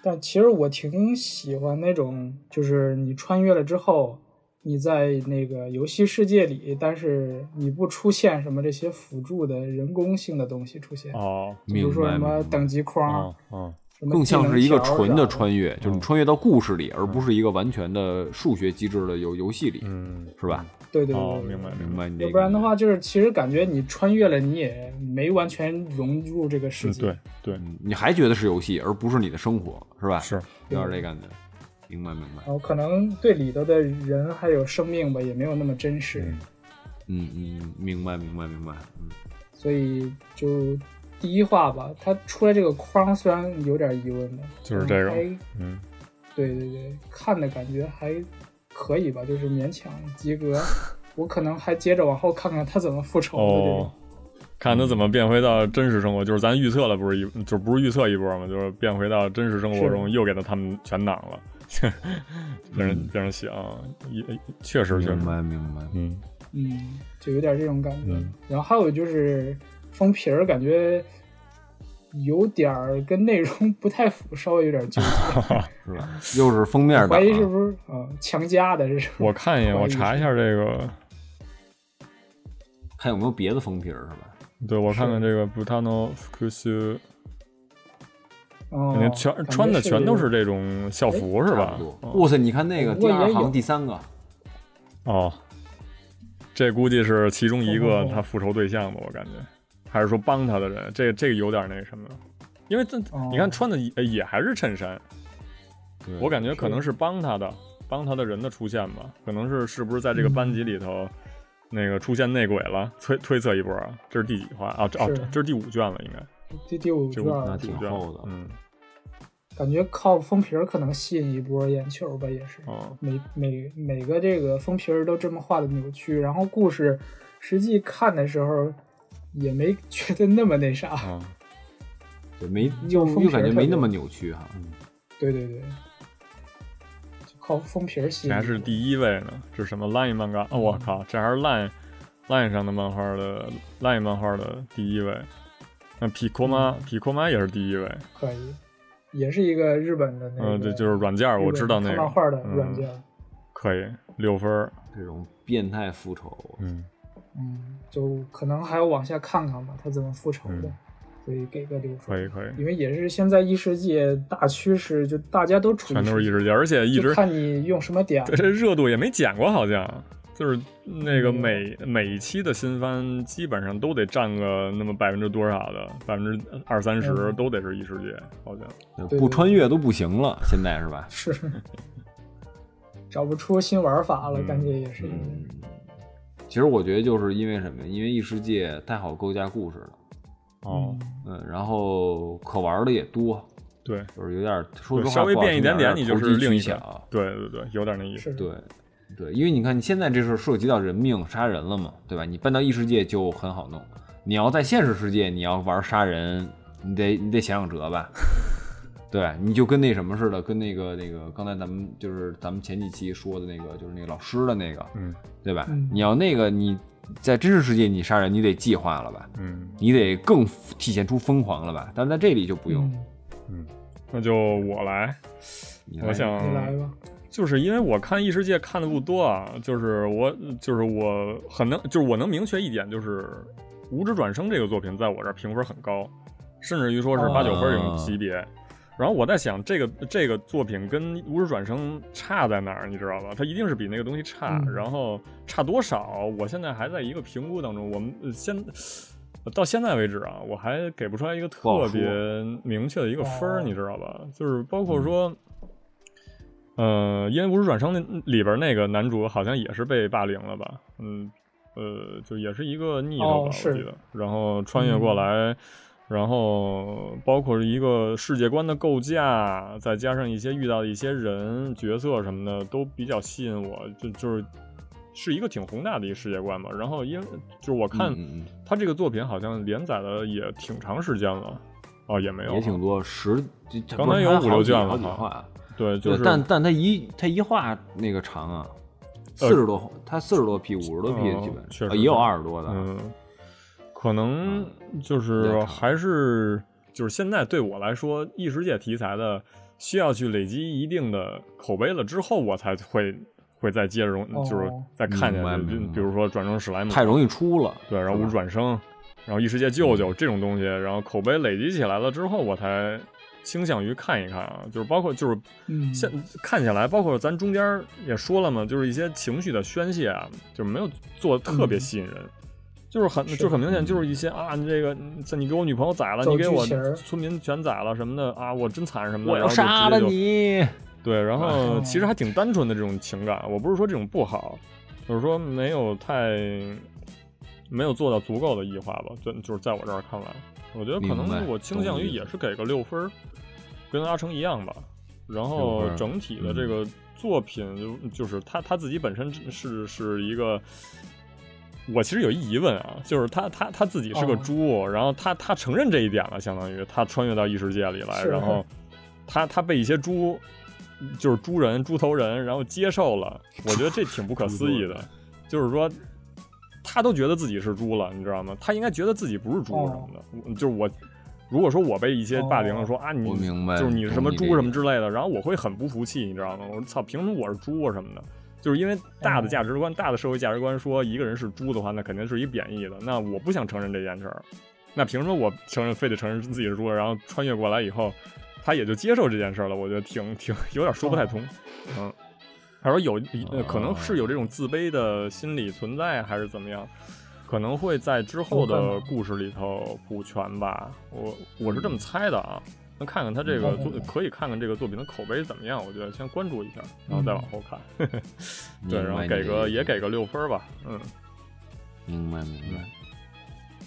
C: 但其实我挺喜欢那种，就是你穿越了之后。你在那个游戏世界里，但是你不出现什么这些辅助的人工性的东西出现，
A: 哦
C: 比如
B: 明
C: 说
B: 白
C: 什么
B: 明白。
C: 等级框，
A: 哦哦，
C: 什么
B: 更像是一个
C: 技能条
B: 纯的
C: 啥
B: 穿越，
C: 嗯
B: 就是你穿越到故事里，而不是一个完全的数学机制的游游戏里，
A: 嗯，
B: 是吧？
C: 对对对
A: 哦，
C: 对
A: 明白
B: 明
A: 明白，
B: 白你这
C: 嗯要
B: 个。
C: 不然的，话，就是其实感觉你穿越了，你也没完全融入这个世
A: 嗯，
C: 界。
A: 对对
B: 你还觉得是游戏，而不是你的生活，是吧？
A: 是，
B: 有
C: 嗯
B: 点这感觉。明白明白
C: 然。后可能对里头的人还有生命吧，也没有那么真实，
A: 嗯
B: 嗯嗯，明白明白明白。嗯，
C: 所以就第一话吧，它出来这个框虽然有点疑问吧，
A: 就是这个
C: 还
A: 嗯， *laughs*
C: 对对对，看的感觉还可以吧，就是勉强及格。我可能还接着往后看看他怎么复仇的这种。
A: 哦，看他怎么变回到真实生活，就是咱预测了，不是一，就不是预测一波嘛，就是变回到真实生活中，又给他他们全挡了， *laughs* 让人让人想，也确实确实
B: 明，白明白。
A: 嗯
C: 嗯，就有点这种感觉。
A: 嗯
C: 然后还有就是封皮儿，感觉有点儿跟内容不太符，稍微有点纠
A: *laughs*
C: 结，
B: 是吧？又是封面党
C: 怀
B: 啊，
C: 疑是不是啊、强加的？这是
A: 我看一眼，
C: 不好
A: 我
C: 意思
A: 查一下这个，
B: 看有没有别的封皮儿是吧？
A: 对我看看这个 Butano f u k
C: 哦
A: 感觉，全、
C: 感觉
A: 穿的全都是
C: 这
A: 这种校
C: 哎
A: 服是
B: 差
A: 吧
B: 不？多
A: 哦
B: 哇塞，你看那个
C: 不
B: 第
C: 过也
B: 二
C: 有
B: 行第三个，
A: 哦，这估计是其中一
C: 哦
A: 个
C: 哦哦
A: 他复仇对象吧，我感觉，还是说帮他的人，这这个有点那什么，因为这、
C: 哦
A: 你看穿的也也还是衬衫，
B: 对
A: 我感觉可能是帮他的帮他的人的出现吧，可能是是不是在
C: 嗯
A: 这个班级里头。那个出现内鬼了，推推测一波啊，这是第几话啊？这哦
C: 是，
A: 这是第五卷了，应该
C: 第第五
A: 这
C: 卷
A: 五
C: 儿
B: 那，
A: 第五
B: 挺
A: 卷
B: 厚的
A: 嗯，
C: 感觉靠封皮儿可能吸引一波眼球吧，也是。
A: 哦，
C: 每每每个这个封皮儿都这么画的扭曲，然后故事实际看的时候也没觉得那么那啥。
A: 哦，
B: 对没又
C: 封皮儿
B: 又感觉
C: 特别嗯
B: 没那么扭曲哈。
C: 对对对，就靠封皮儿吸
A: 这
C: 引。
A: 还是第一位呢，这是什么 Line 漫画？哦，
C: 嗯
A: 我靠，这还是 Line Line 上的漫画的 Line 漫画的第一位。那匹阔妈，
C: 嗯
A: 匹阔妈也是第一位。
C: 可以，也是一个日本的那个，
A: 嗯，对，就是软件儿，我知道那个
C: 日本看漫画的软件
A: 嗯，。可以六分儿。
B: 这种变态复仇，呃
A: 嗯，
C: 嗯，就可能还要往下看看吧，他怎么复仇的，
A: 嗯
C: 所以给个六分。
A: 可以可以，
C: 因为也是现在异世界大趋势，就大家都处于
A: 全都是异世界，而且一
C: 就
A: 直
C: 看你用什么点儿
A: 对这热度也没减过，好像就是那个
C: 嗯
A: 每每一期的新番基本上都得占个那么百分之多少的百分之二三十
C: 嗯
A: 都得是异世界，好像。
C: 对
B: 不穿越都不行了，现在是吧？
C: 是找不出新玩法了，
A: 嗯
C: 感觉也是。
B: 嗯，其实我觉得就是因为什么？因为异世界太好构架故事了，
A: 哦，
B: 嗯，然后可玩的也多，
A: 对。
B: 就是有点说实
A: 对
B: 话，
A: 稍微
B: 不好
A: 变一点
B: 听
A: 点，
B: 有
A: 你
B: 点
A: 就是另一
B: 投机取
A: 个
B: 巧。
A: 对对对，有点那意思。
C: 是，
B: 对，对，因为你看，你现在这事儿涉及到人命杀人了嘛，对吧？你搬到异世界就很好弄，你要在现实世界，你要玩杀人，你得你得想想辙
A: *laughs*
B: 吧。对，你就跟那什么似的，跟那个那个刚才咱们就是咱们前几期说的那个，就是那个老师的那个，
A: 嗯
B: 对吧？
C: 嗯
B: 你要那个你在真实世界你杀人，你得计划了吧？
A: 嗯
B: 你得更体现出疯狂了吧？但在这里就不用。
C: 嗯，
A: 嗯，那就我来，
B: 你
A: 我
B: 来
A: 想
C: 嗯你来吧。
A: 就是因为我看异世界看的不多啊，就是我就是我很能就是我能明确一点，就是《无职转生》这个作品在我这儿评分很高，甚至于说是
C: 哦
A: 八九分这种级别。然后我在想，这个这个作品跟《无职转生》差在哪儿，你知道吧？它一定是比那个东西差，
C: 嗯
A: 然后差多少，我现在还在一个评估当中。我们呃现到现在为止啊，我还给不出来一个
B: 不好
A: 特别明确的一个分儿，
C: 哦
A: 你知道吧？就是包
C: 嗯
A: 括说。呃，因为《无职转生》那里边那个男主好像也是被霸凌了吧？嗯，呃，就也是一个逆头吧，
C: 哦
A: 我记
C: 是嗯
A: 得。然后穿越过来，然后包括一个世界观的构架，再加上一些遇到的一些人、角色什么的，都比较吸引我。就就是是一个挺宏大的一个世界观嘛。然后因为就是我看
B: 嗯嗯
A: 他这个作品好像连载了也挺长时间了，哦，也没有
B: 也挺多，十这这
A: 刚
B: 不是
A: 才有
B: 还
A: 五
B: 好
A: 六
B: 几
A: 卷
B: 好
A: 了
B: 几
A: 哈
B: 话啊。
A: 对，就
B: 对，
A: 是
B: 但但他一他一画那个长啊，
A: 呃
B: 四十多，他四十多 P，五十多 P
A: 哦
B: 基本
A: 确
B: 上，
A: 实
B: 啊也有
A: 是
B: 二十多的啊，
A: 嗯，可能就是
B: 嗯
A: 还是就是现在对我来说，异世界题材的需要去累积一定的口碑了之后，我才会会再接着容，
C: 哦
A: 就是再看下
B: 明白
A: 去。
B: 明
A: 就
B: 白
A: 比如说转成史莱姆，
B: 太容易出了。
A: 对，然后
B: 是吧嗯
A: 无转生，然后异世界舅舅这种东西，然后口碑累积起来了之后，我才倾向于看一看啊。就是包括就是
C: 嗯，
A: 现看起来，包括咱中间儿也说了嘛，就是一些情绪的宣泄啊，就没有做得特别
C: 嗯
A: 吸引人，就是很
C: 是嗯
A: 就是很明显，就是一些啊，你这个你这你给我女朋友宰了，
C: 走
A: 你给我
C: 剧情儿
A: 村民全宰了什么的啊，我真惨什么的，
B: 我
A: 然
B: 要
A: 后就直接
B: 杀了
A: 就
B: 你！
A: 对，然后
C: 哦
A: 其实还挺单纯的这种情感，我不是说这种不好，我是说没有太没有做到足够的异化吧，就就是在我这儿看来，我觉得可
B: 明白
A: 能我倾向于也是给个六分儿，跟阿成一样吧。然
B: 六
A: 后
B: 分儿嗯
A: 整体的这个作品就就是他他自己本身是是一个。我其实有一疑问啊，就是他他他自己是个猪，然后他他承认这一点了，相当于他穿越到异世界里来，
C: 是
A: 然后他他被一些猪，就是猪人、猪头人，然后接受了。我觉得这挺不可思议的，就是说他都觉得自己是猪了，你知道吗？他应该觉得自己不是猪什么的。我就是我，如果说我被一些霸凌了，说啊你
B: 我明白
A: 就是你什么
B: 懂你这
A: 猪什
B: 意
A: 么之
B: 思
A: 类的，然后我会很不服气，你知道吗？我说操，凭什么我是猪啊什么的？就是因为大的价值观、大的社会价值观说一个人是猪的话，那肯定是一贬义的。那我不想承认这件事儿，那凭什么我承认非得承认自己是猪？然后穿越过来以后，他也就接受这件事儿了。我觉得挺挺有点说不太通，嗯。他说有，呃可能是有这种自卑的心理存在，还是怎么样？可能会在之后的故事里头补全吧。我我是这么猜的啊。那看看他这个
C: 嗯
A: 作，可以看看这个作品的口碑怎么样。我觉得先关注一下，然后再往后看。对，
B: 明
A: 然后
B: 白
A: 给
B: 你的
A: 个
B: 意思
A: 也给个六分儿吧。嗯，
B: 明白明白。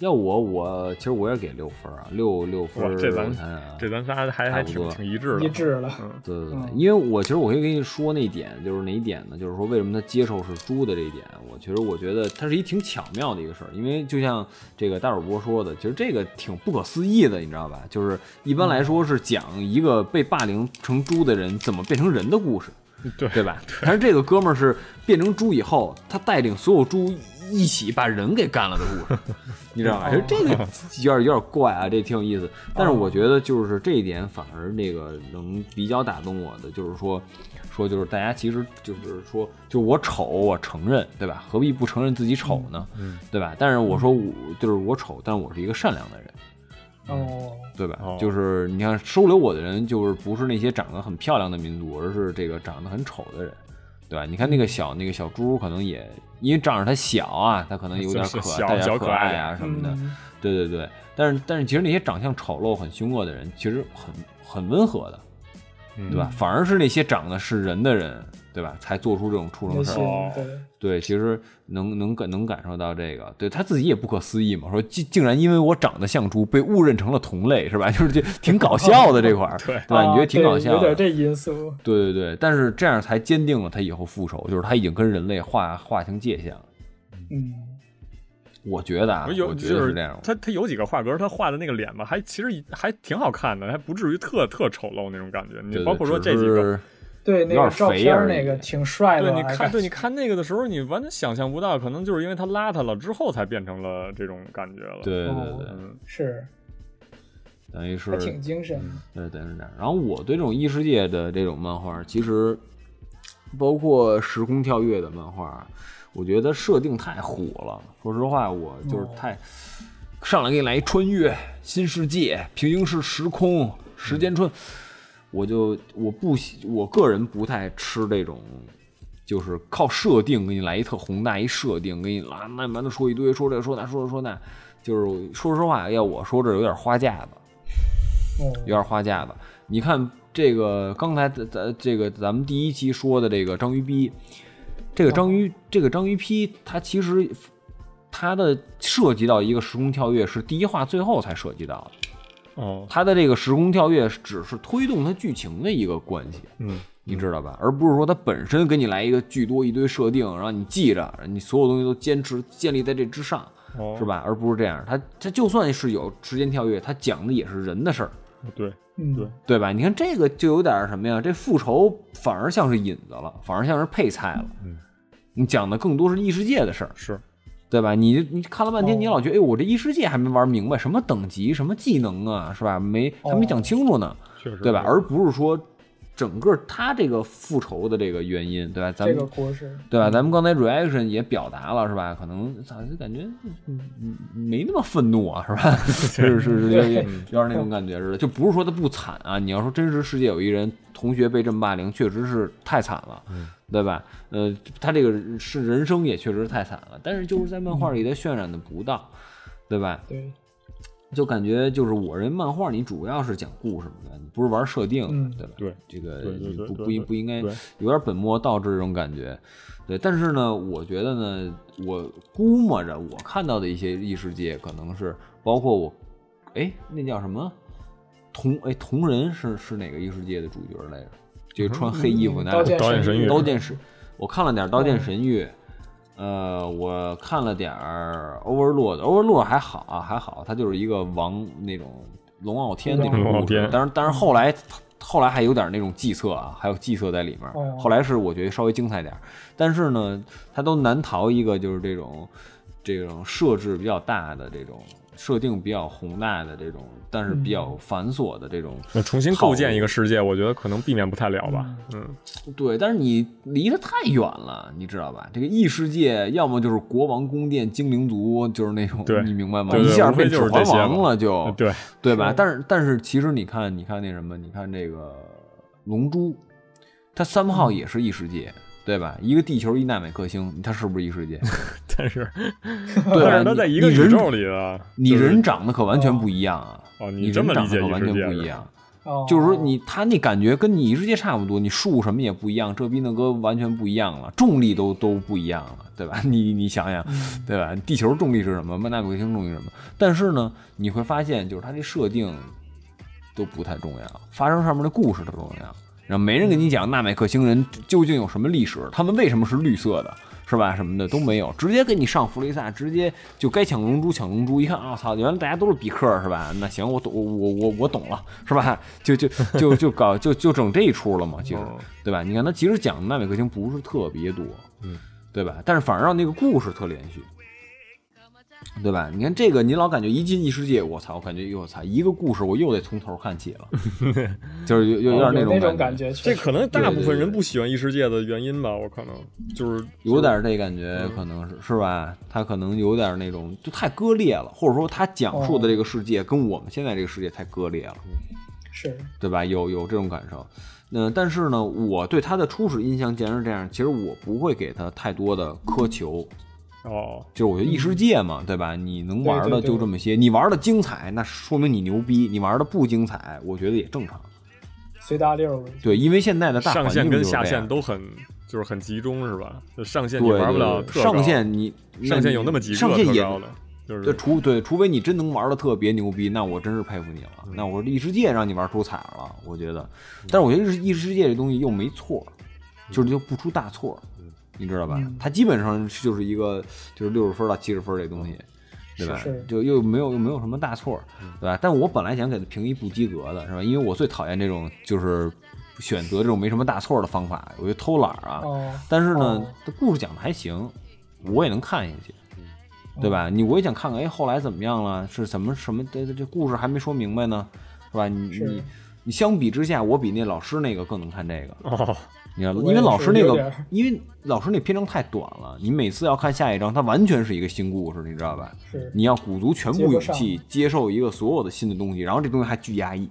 B: 要我我其实我也给六分儿啊，六六分
A: 哇
B: 儿。
A: 这咱
B: 我想想啊
A: 这咱仨还还
B: 差不
A: 挺
B: 多
A: 挺一致的，
C: 一致了，
A: 嗯。
B: 对对对
C: 嗯，
B: 因为我其实我可以跟你说那一点，就是哪一点呢？就是说为什么他接受是猪的这一点，我其实我觉得它是一挺巧妙的一个事儿，因为就像这个大主播说的，其实这个挺不可思议的，你知道吧？就是一般来说是讲一个被霸凌成猪的人怎么变成人的故事，
A: 对
B: 对吧？但是这个哥们儿是变成猪以后，他带领所有猪一起把人给干了的故事，你知道
A: 哦
B: 吧？就这个有点有点怪啊，这挺有意思。但是我觉得就是这一点反而那个能比较打动我的，就是说说就是大家其实就是说，就我丑我承认，对吧？何必不承认自己丑呢？
A: 嗯
B: 对吧？但是我说我就是我丑，但我是一个善良的人。
A: 嗯
C: 哦，
B: 对吧？
A: 哦
B: 就是你看收留我的人，就是不是那些长得很漂亮的民族，而是这个长得很丑的人，对吧？你看那个
A: 嗯
B: 小那个小猪，可能也因为仗着它小啊，它可能有点可
A: 就是
B: 爱，
A: 小
B: 带
A: 小
B: 点
A: 可
B: 可爱啊什么的。
C: 嗯，
B: 对对对，但是但是其实那些长相丑陋、很凶恶的人，其实很很温和的，
A: 嗯
B: 对吧？反而是那些长得是人的人，对吧？才做出这种畜
C: 那
B: 生事
C: 些
B: 儿。
A: 哦
C: 对，
B: 对，其实能能感能感受到这个，对他自己也不可思议嘛，说竟竟然因为我长得像猪，被误认成了同类，是吧？ *laughs* 就是这挺搞笑的这块儿，
A: *laughs* 对
B: 吧？你觉
C: 啊
B: 得挺搞
C: 对
B: 笑
C: 有
B: 的，
C: 点这因素，
B: 对对对，但是这样才坚定了他以后复仇，就是他已经跟人类划划清界限了。
C: 嗯，
B: 我觉得啊，
A: 有
B: 我觉
A: 就
B: 得
A: 是
B: 这样，
A: 他他有几个画格，他画的那个脸吧，还其实还挺好看的，还不至于特特丑陋那种感觉。
B: 对
A: 你
B: 对
A: 包括说
B: 只
A: 这几个，
B: 是
C: 对，那个
B: 点
C: 照
B: 肥
C: 片
B: 而
C: 儿
B: 已
C: 那个挺帅
A: 对，
C: 的吧，
A: 你看，
C: 感
A: 对，你看那个的时候，你完全想象不到，可能就是因为他邋遢了之后，才变成了这种感觉了。，
B: 对对对，
A: 嗯，
C: 是
B: 等于
C: 还
B: 是嗯
C: 挺精神的，
B: 对，等于是这样。然后我对这种异世界的这种漫画，其实包括时空跳跃的漫画，我觉得设定太火了。说实话，我就是太、
C: 哦
B: 上来给你来一穿越新世界、平行式时空、时间穿，我就我不喜，我个人不太吃这种。就是靠设定给你来一特宏大一设定，给你啊慢慢的说一堆，说这说那，说这说那，就是说实话，要我说这有点花架子，
C: 哦，
B: 有点花架子。你看这个刚才咱咱这个咱们第一期说的这个章鱼逼，这个章
A: 哦
B: 鱼这个章鱼批，它其实它的涉及到一个时空跳跃是第一话最后才涉及到的，
A: 哦，
B: 它的这个时空跳跃只是推动它剧情的一个关系。
A: 嗯，
B: 你知道吧？而不是说它本身给你来一个巨多一堆设定，然后你记着，你所有东西都坚持建立在这之上，
A: 哦，
B: 是？吧？而不是这样，它它就算是有时间跳跃，它讲的也是人的事儿，
A: 对，
C: 嗯，
A: 对
B: 对吧？你看这个就有点什么呀？这复仇反而像是引子了，反而像是配菜了。
A: 嗯，
B: 你讲的更多是异世界的事儿，
A: 是，
B: 对吧？你你看了半天，
C: 哦
B: 你老觉得，哎，我这异世界还没玩明白，什么等级、什么技能啊，是吧？没还没讲清楚呢，
C: 哦
A: 确实，
B: 对吧？而不是说整个他这个复仇的这个原因，对吧？咱
C: 这
B: 们、
C: 个故事，
B: 对吧？咱们刚才 reaction 也表达了，是吧？可能咋就感觉嗯嗯没那么愤怒啊，是吧？是是是，有点有点那种感觉似的。就不是说他不惨啊，你要说真实世界有一人同学被这么霸凌，确实是太惨了，对吧？呃，他这个是人生也确实太惨了，但是就是在漫画里他渲染的不当，对吧？
C: 对，
B: 就感觉就是我认为漫画你主要是讲故事嘛，对吧你不是玩设定的，对
C: 嗯
B: 吧？
A: 对，
B: 这个
A: 对对对
B: 不
A: 对
B: 不应
A: 对
B: 不应该
A: 对
B: 有点本末倒置这种感觉，对。但是呢，我觉得呢，我估摸着我看到的一些异世界，可能是包括我，哎，那叫什么同哎同人是是哪个异世界的主角来着？就穿黑衣服那
C: 嗯刀剑
A: 嗯刀剑神
C: 域
A: 域
B: 刀剑神，我看了点儿刀剑神域，呃，我看了点儿 Overlord，Overlord 还好啊，还好，它就是一个王那种龙傲天那种
A: 龙傲
B: 故事
A: 天
B: 但是但是后来后来还有点那种计策啊，还有计策在里面
C: 哦
B: 儿。后来是我觉得稍微精彩点儿，但是呢，它都难逃一个就是这种这种设置比较大的这种。设定比较宏大的这种，但是比较繁琐的这种，
A: 那重新构建一个世界，我觉得可能避免不太了吧。嗯，
B: 对，但是你离得太远了，你知道吧？这个异世界要么就是国王宫殿、精灵族，就是那种
A: 对，
B: 你明白吗？
A: 对
B: 一
A: 对
B: 下
A: 无非
B: 变
A: 就是
B: 指
A: 这
B: 环
A: 些
B: 王
A: 嘛
B: 了就，
A: 对， *laughs* 啊
B: 对吧
C: 是？
B: 但是但是，其实你看，你看那什么，你看这个龙珠，它三号也是异世界，对吧？一个地球，一纳美克星，它是不是异
A: *laughs*
B: 世界？
A: 但是
B: 对吧？
A: 但是它在
B: 你
A: 一个
B: 你
A: 宇
B: 人
A: 宙里的，
B: 你
A: 就是
B: 人长得可完全不一样啊！
A: 哦你
B: 你
A: 这
B: 人
A: 么
B: 长
A: 理
B: 得
A: 解
B: 可
A: 异
B: 完
A: 世
B: 全
A: 界
B: 不一
A: 是
B: 样。啊
C: 哦
B: 就是说你他那感觉跟你异世界差不多，你树什么也不一样，这逼那哥完全不一样了，重力都都不一样了，对吧？ *laughs* 你你想想，对吧？地球重力是什么？曼纳米克星重力是什么？但是呢，你会发现就是它这设定都不太重要，发生上面的故事都重要。然后没人跟你讲纳美克星人究竟有什么历史，他们为什么是绿色的，是吧？什么的都没有，直接给你上弗利萨，直接就该抢龙珠抢龙珠。一看，啊操，原来大家都是比克，是吧？那行，我懂，我我我我懂了，是吧？就就就就搞就就整这一出了嘛，其实
A: 哦
B: 对吧？你看他其实讲的纳美克星不是特别多，
A: 嗯，
B: 对吧？但是反而让那个故事特连续。对吧？你看这个，你老感觉一进异世界，我操，我感觉我操，一个故事我又得从头看起了，就是有有有
C: 有
B: 点
C: 哦那
B: 种
C: 感
B: 觉，
C: 觉，
A: 这
C: 确实
A: 可能大部
B: 对对
A: 分
B: 对
A: 人不喜欢异世界的原因吧，我可能就是嗯
B: 有点这感觉，可能是是吧？他可能有点那种就太割裂了，或者说他讲述的
A: 哦
B: 这个世界跟我们现在这个世界太割裂了，
A: 嗯
C: 是
B: 对吧？有有这种感受。那但是呢，我对他的初始印象既然是这样，其实我不会给他太多的苛求，
A: 哦，
B: 就是我觉得异世界嘛，对吧？你能玩
C: 对
B: 的
C: 对对
B: 就这么些，你玩的精彩，那说明你牛逼；你玩的不精彩，我觉得也正常。
C: 随大溜了。
B: 对，因为现在的大环
A: 上
B: 境
A: 线跟
B: 就是
A: 下
B: 这样
A: 线都很就是很集中是吧？就上线你
B: 对对
A: 玩不了
B: 对
A: 特高
B: 上线你
A: 上线有那么几个
B: 上线
A: 特
B: 也
A: 高的，就
B: 对，
A: 是
B: 除对，除非你真能玩的特别牛逼，那我真是佩服你了。那我异世界让你玩出彩了，我觉得。但是我觉得异世界这东西又没错，就是又不出大错，你知道吧
C: 嗯？
B: 它基本上就是一个就是六十分到七十分这东西，对吧
C: 嗯是是？嗯
B: 就又没有又没有什么大错，对吧？但我本来想给它评一不及格的，是吧？因为我最讨厌这种就是选择这种没什么大错的方法，我就偷懒儿啊。
C: 哦，
B: 但是呢
C: 哦，嗯
B: 它故事讲的还行，我也能看下去，对吧？你我也想看看，哎，后来怎么样了？是什么什么？这这这故事还没说明白呢，是吧？你
C: 是
B: 你你相比之下，我比那老师那个更能看这个，
A: 哦，
B: 你知道吗？
C: 我
B: 因为
C: 也
B: 老
C: 是
B: 师那
C: 有点
B: 个
C: 儿，
B: 因为老师那篇章太短了，你每次要看下一章，它完全是一个新故事，你知道吧？
C: 是
B: 你要鼓足全
C: 接
B: 部
C: 不
B: 勇
C: 上
B: 气接受一个所有的新的东西，然后这东西还巨压抑，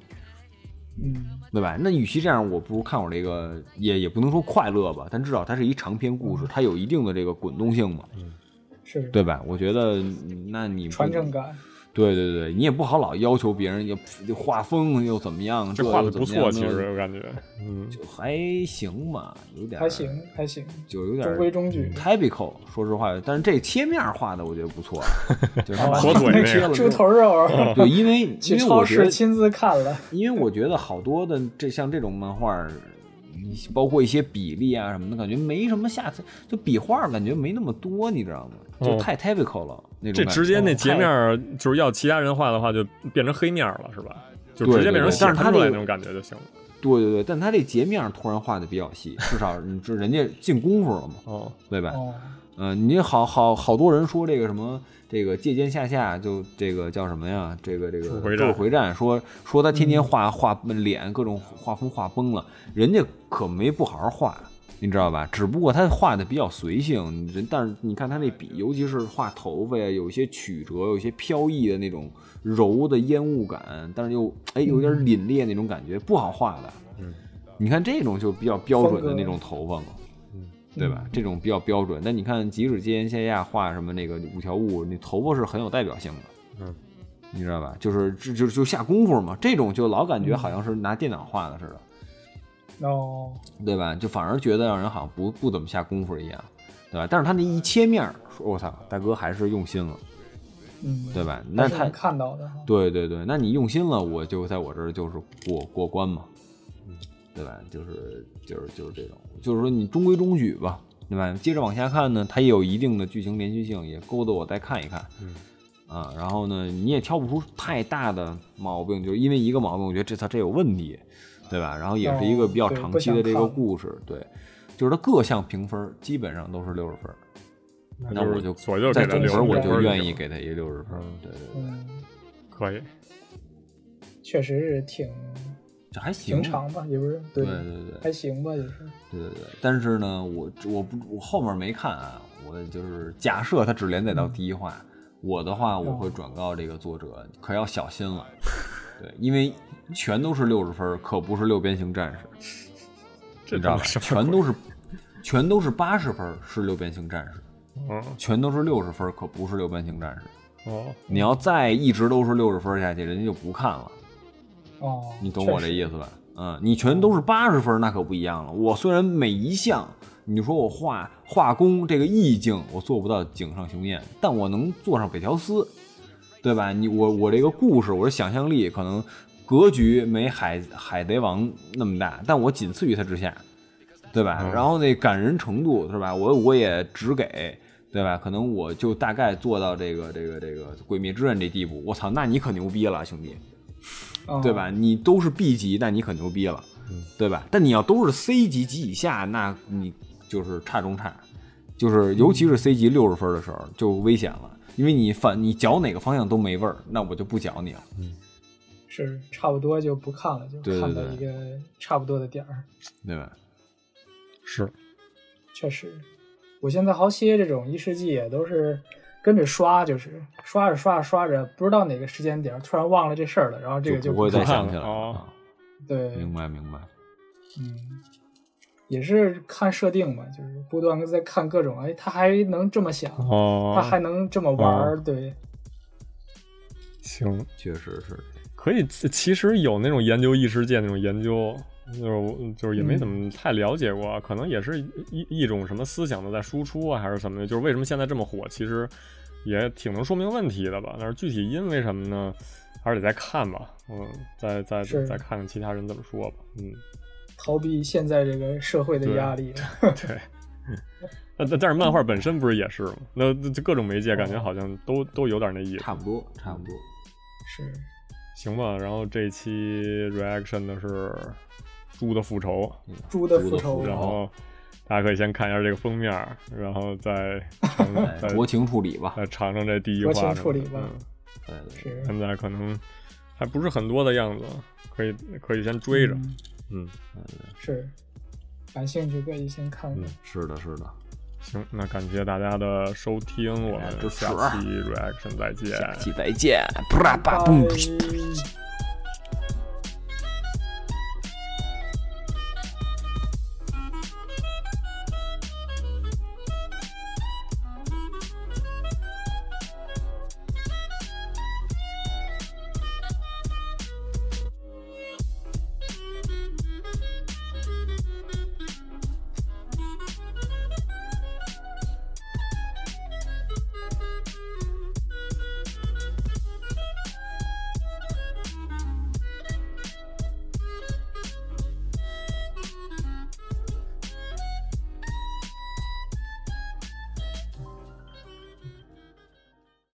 C: 嗯，
B: 对吧？那与其这样，我不如看我这个，也也不能说快乐吧，但至少它是一长篇故事，
C: 嗯
B: 它有一定的这个滚动性嘛，
C: 是
B: 对吧？我觉得，嗯那你不
C: 传承感，
B: 对对对，你也不好老要求别人，也画风又怎么样，
A: 这
B: 这
A: 画的
B: 又怎
A: 不
B: 么样
A: 错，其
B: 那又
A: 实我感觉，嗯，
B: 就还行吧，有点儿
C: 还，行还行，
B: 就有点
C: 中规中矩。
B: typical。说实话，但是这切面画的我觉得不
C: *laughs*
B: 错，就是他把
A: 火腿那个
B: 切了之
C: 猪
B: 后
C: 头肉，
B: 对，因为
C: *laughs* 去
B: 因为
C: 超
B: 我觉
C: 市
B: 得
C: 亲自看了，
B: 因为我觉得好多的这像这种漫画儿，你包括一些比例啊什么的，感觉没什么下次就笔画儿感觉没那么多，你知道吗？
A: 哦
B: 就太 typical 了、那种
A: 这
B: 感觉。
A: 直接那
C: 哦
A: 截面儿就是要其他人画的话，就变成黑面儿了是吧？就
B: 对
A: 直接变
B: 对
A: 成
B: 对
A: 写
B: 但是它
A: 出
B: 这
A: 来
B: 个
A: 那种感觉就行了。
B: 对对对，但他这截面儿突然画的比较细，至少你这人家进功夫了嘛，
A: 哦，
B: 对吧？ *laughs*
C: 哦，
B: 嗯、你好好好多人说这个什么，这个借剑下下就这个叫什么呀？这个这个
A: 咒回
B: 咒
A: 战
B: 回战说说他天天画画脸，各种画风画崩了，人家可没不好好画，你知道吧？只不过他画的比较随性，人但是你看他那笔，尤其是画头发呀，有一些曲折，有一些飘逸的那种柔的烟雾感，但是又哎有点凛冽那种感觉，不好画的。
A: 嗯，
B: 你看这种就比较标准
C: 风格
B: 的那种头发嘛。对吧？这种比较标准。但你看，即使接岩下亚画什么那个五条悟，那头发是很有代表性的，
A: 嗯，
B: 你知道吧？就是就就就下功夫嘛。这种就老感觉好像是拿电脑画的似的，
C: 哦，
B: 对吧？就反而觉得让人好像不不怎么下功夫一样，对吧？但是他那一切面儿，说我操，大哥还是用心了，
C: 嗯，
B: 对吧？那
C: 还是
B: 他
C: 能看到的哈，
B: 对对对，那你用心了，我就在我这儿就是过过关嘛，对吧？就是就是就是这种，就是说你中规中矩吧，对吧？接着往下看呢，它也有一定的剧情连续性，也勾得我再看一看。
A: 嗯
B: 啊，然后呢，你也挑不出太大的毛病，就是因为一个毛病，我觉得这它这有问题，对吧？然后也是一个比较
C: 哦对
B: 长
C: 不
B: 期的
C: 想
B: 这个
C: 看
B: 故事，对，就是它各项评分基本上都是六十分，那
A: 就是
B: 我就
A: 左右给
B: 在
A: 他
B: 总
A: 留
B: 分我
A: 五
B: 就
A: 分
B: 愿
A: 行
B: 意
A: 了
B: 给它一六十分，对对对，
C: 嗯，
A: 可以，
C: 确实是挺
B: 这还行啊
C: 平，常吧，也不是
B: 对
C: 对，
B: 对对。
C: 还行吧，也是。
B: 对对对，但是呢，我我不我后面没看啊，我就是假设他只连载到第一话，我的话我会转告这个作者，可要小心了，对，因为全都是六十分，可不是六边形战士，
A: 这
B: 你知道
A: 他妈
B: 吧？
A: 什么
B: 全
A: 鬼
B: 都是全都是八十分，是六边形战士，
A: 嗯
B: 全都是六十分，可不是六边形战士。
A: 哦，
B: 你要再一直都是六十分下去，人家就不看了。
C: 哦，
B: 你懂我
C: 确
B: 这
C: 实
B: 意思吧？嗯，你全都是八十分，那可不一样了。我虽然每一项，你说我画画工这个意境，我做不到井上雄彦，但我能做上北条司，对吧？你我我这个故事，我的想象力可能格局没海海贼王那么大，但我仅次于他之下，对吧
A: 嗯？
B: 然后那感人程度是吧？我我也只给。对吧？可能我就大概做到这个这个这个《鬼灭之刃》这地步。我操，那你可牛逼了，兄弟！
C: 哦
B: 对吧？你都是 B 级，那你可牛逼了
A: 嗯，
B: 对吧？但你要都是 C 级及以下，那你就是差中差，就是尤其是 C 级六十分的时候就危险了，因为你反你搅哪个方向都没味儿，那我就不搅你了。
C: 是差不多就不看了，就
B: 对对
C: 看到
B: 对
C: 一个差不多的点儿。
B: 对吧？
A: 是
C: 确实，我现在好些这种一世纪也都是跟着刷，就是刷着刷着刷着，不知道哪个时间点儿突然忘了这事儿了，然后这个
B: 就
C: 就
B: 不会再
C: 看
B: 想起来
A: 了哦
B: 啊。
C: 对，
B: 明白明白，
C: 嗯，也是看设定嘛，就是不断地在看各种，哎，他还能这么想，
A: 哦，
C: 他还能这么玩
B: 哦
C: 儿，对，
A: 行，
B: 确实是。
A: 可以。其其实有那种研究异世界那种研究，就是我就是也没
C: 嗯
A: 怎么太了解过啊，可能也是一一种什么思想的在输出啊，还是什么的。就是为什么现在这么火，其实也挺能说明问题的吧。但是具体因为什么呢，还是得再看吧。嗯，再再
C: 是
A: 再看看其他人怎么说吧。嗯。
C: 逃避现在这个社会的
A: 对
C: 压力，
A: 对，但但但是漫画本身不是也是吗？那那这各种媒介感觉好像都都有点那意思，
B: 差不多差不多。
C: *laughs* 是，
A: 行吧？然后这一期 reaction 的是猪的复仇，
C: 猪的
B: 嗯猪的
C: 复
B: 复
C: 仇
B: 仇
A: 然后大家可以先看一下这个封面儿，然后
C: *laughs*
A: 再尝
B: 哎
A: 再
B: 酌情处理吧。
A: 再尝尝这第一
C: 酌
A: 话
C: 情
A: 什么
C: 处理
A: 的
C: 吧
A: 嗯
B: 对对，
C: 是
A: 现在可能还不是很多的样子，可以可以先追着，
C: 嗯
A: 嗯，
C: 是，感兴趣可以先看看。
A: 嗯
B: 是的，是的。
A: 行，那感谢大家的收听，我
B: 大家
A: 们
B: 支持啊
A: 哎下期 reaction 再见，
B: 下期再见，啪啦
C: 拜
B: 吧嘣。
C: 拜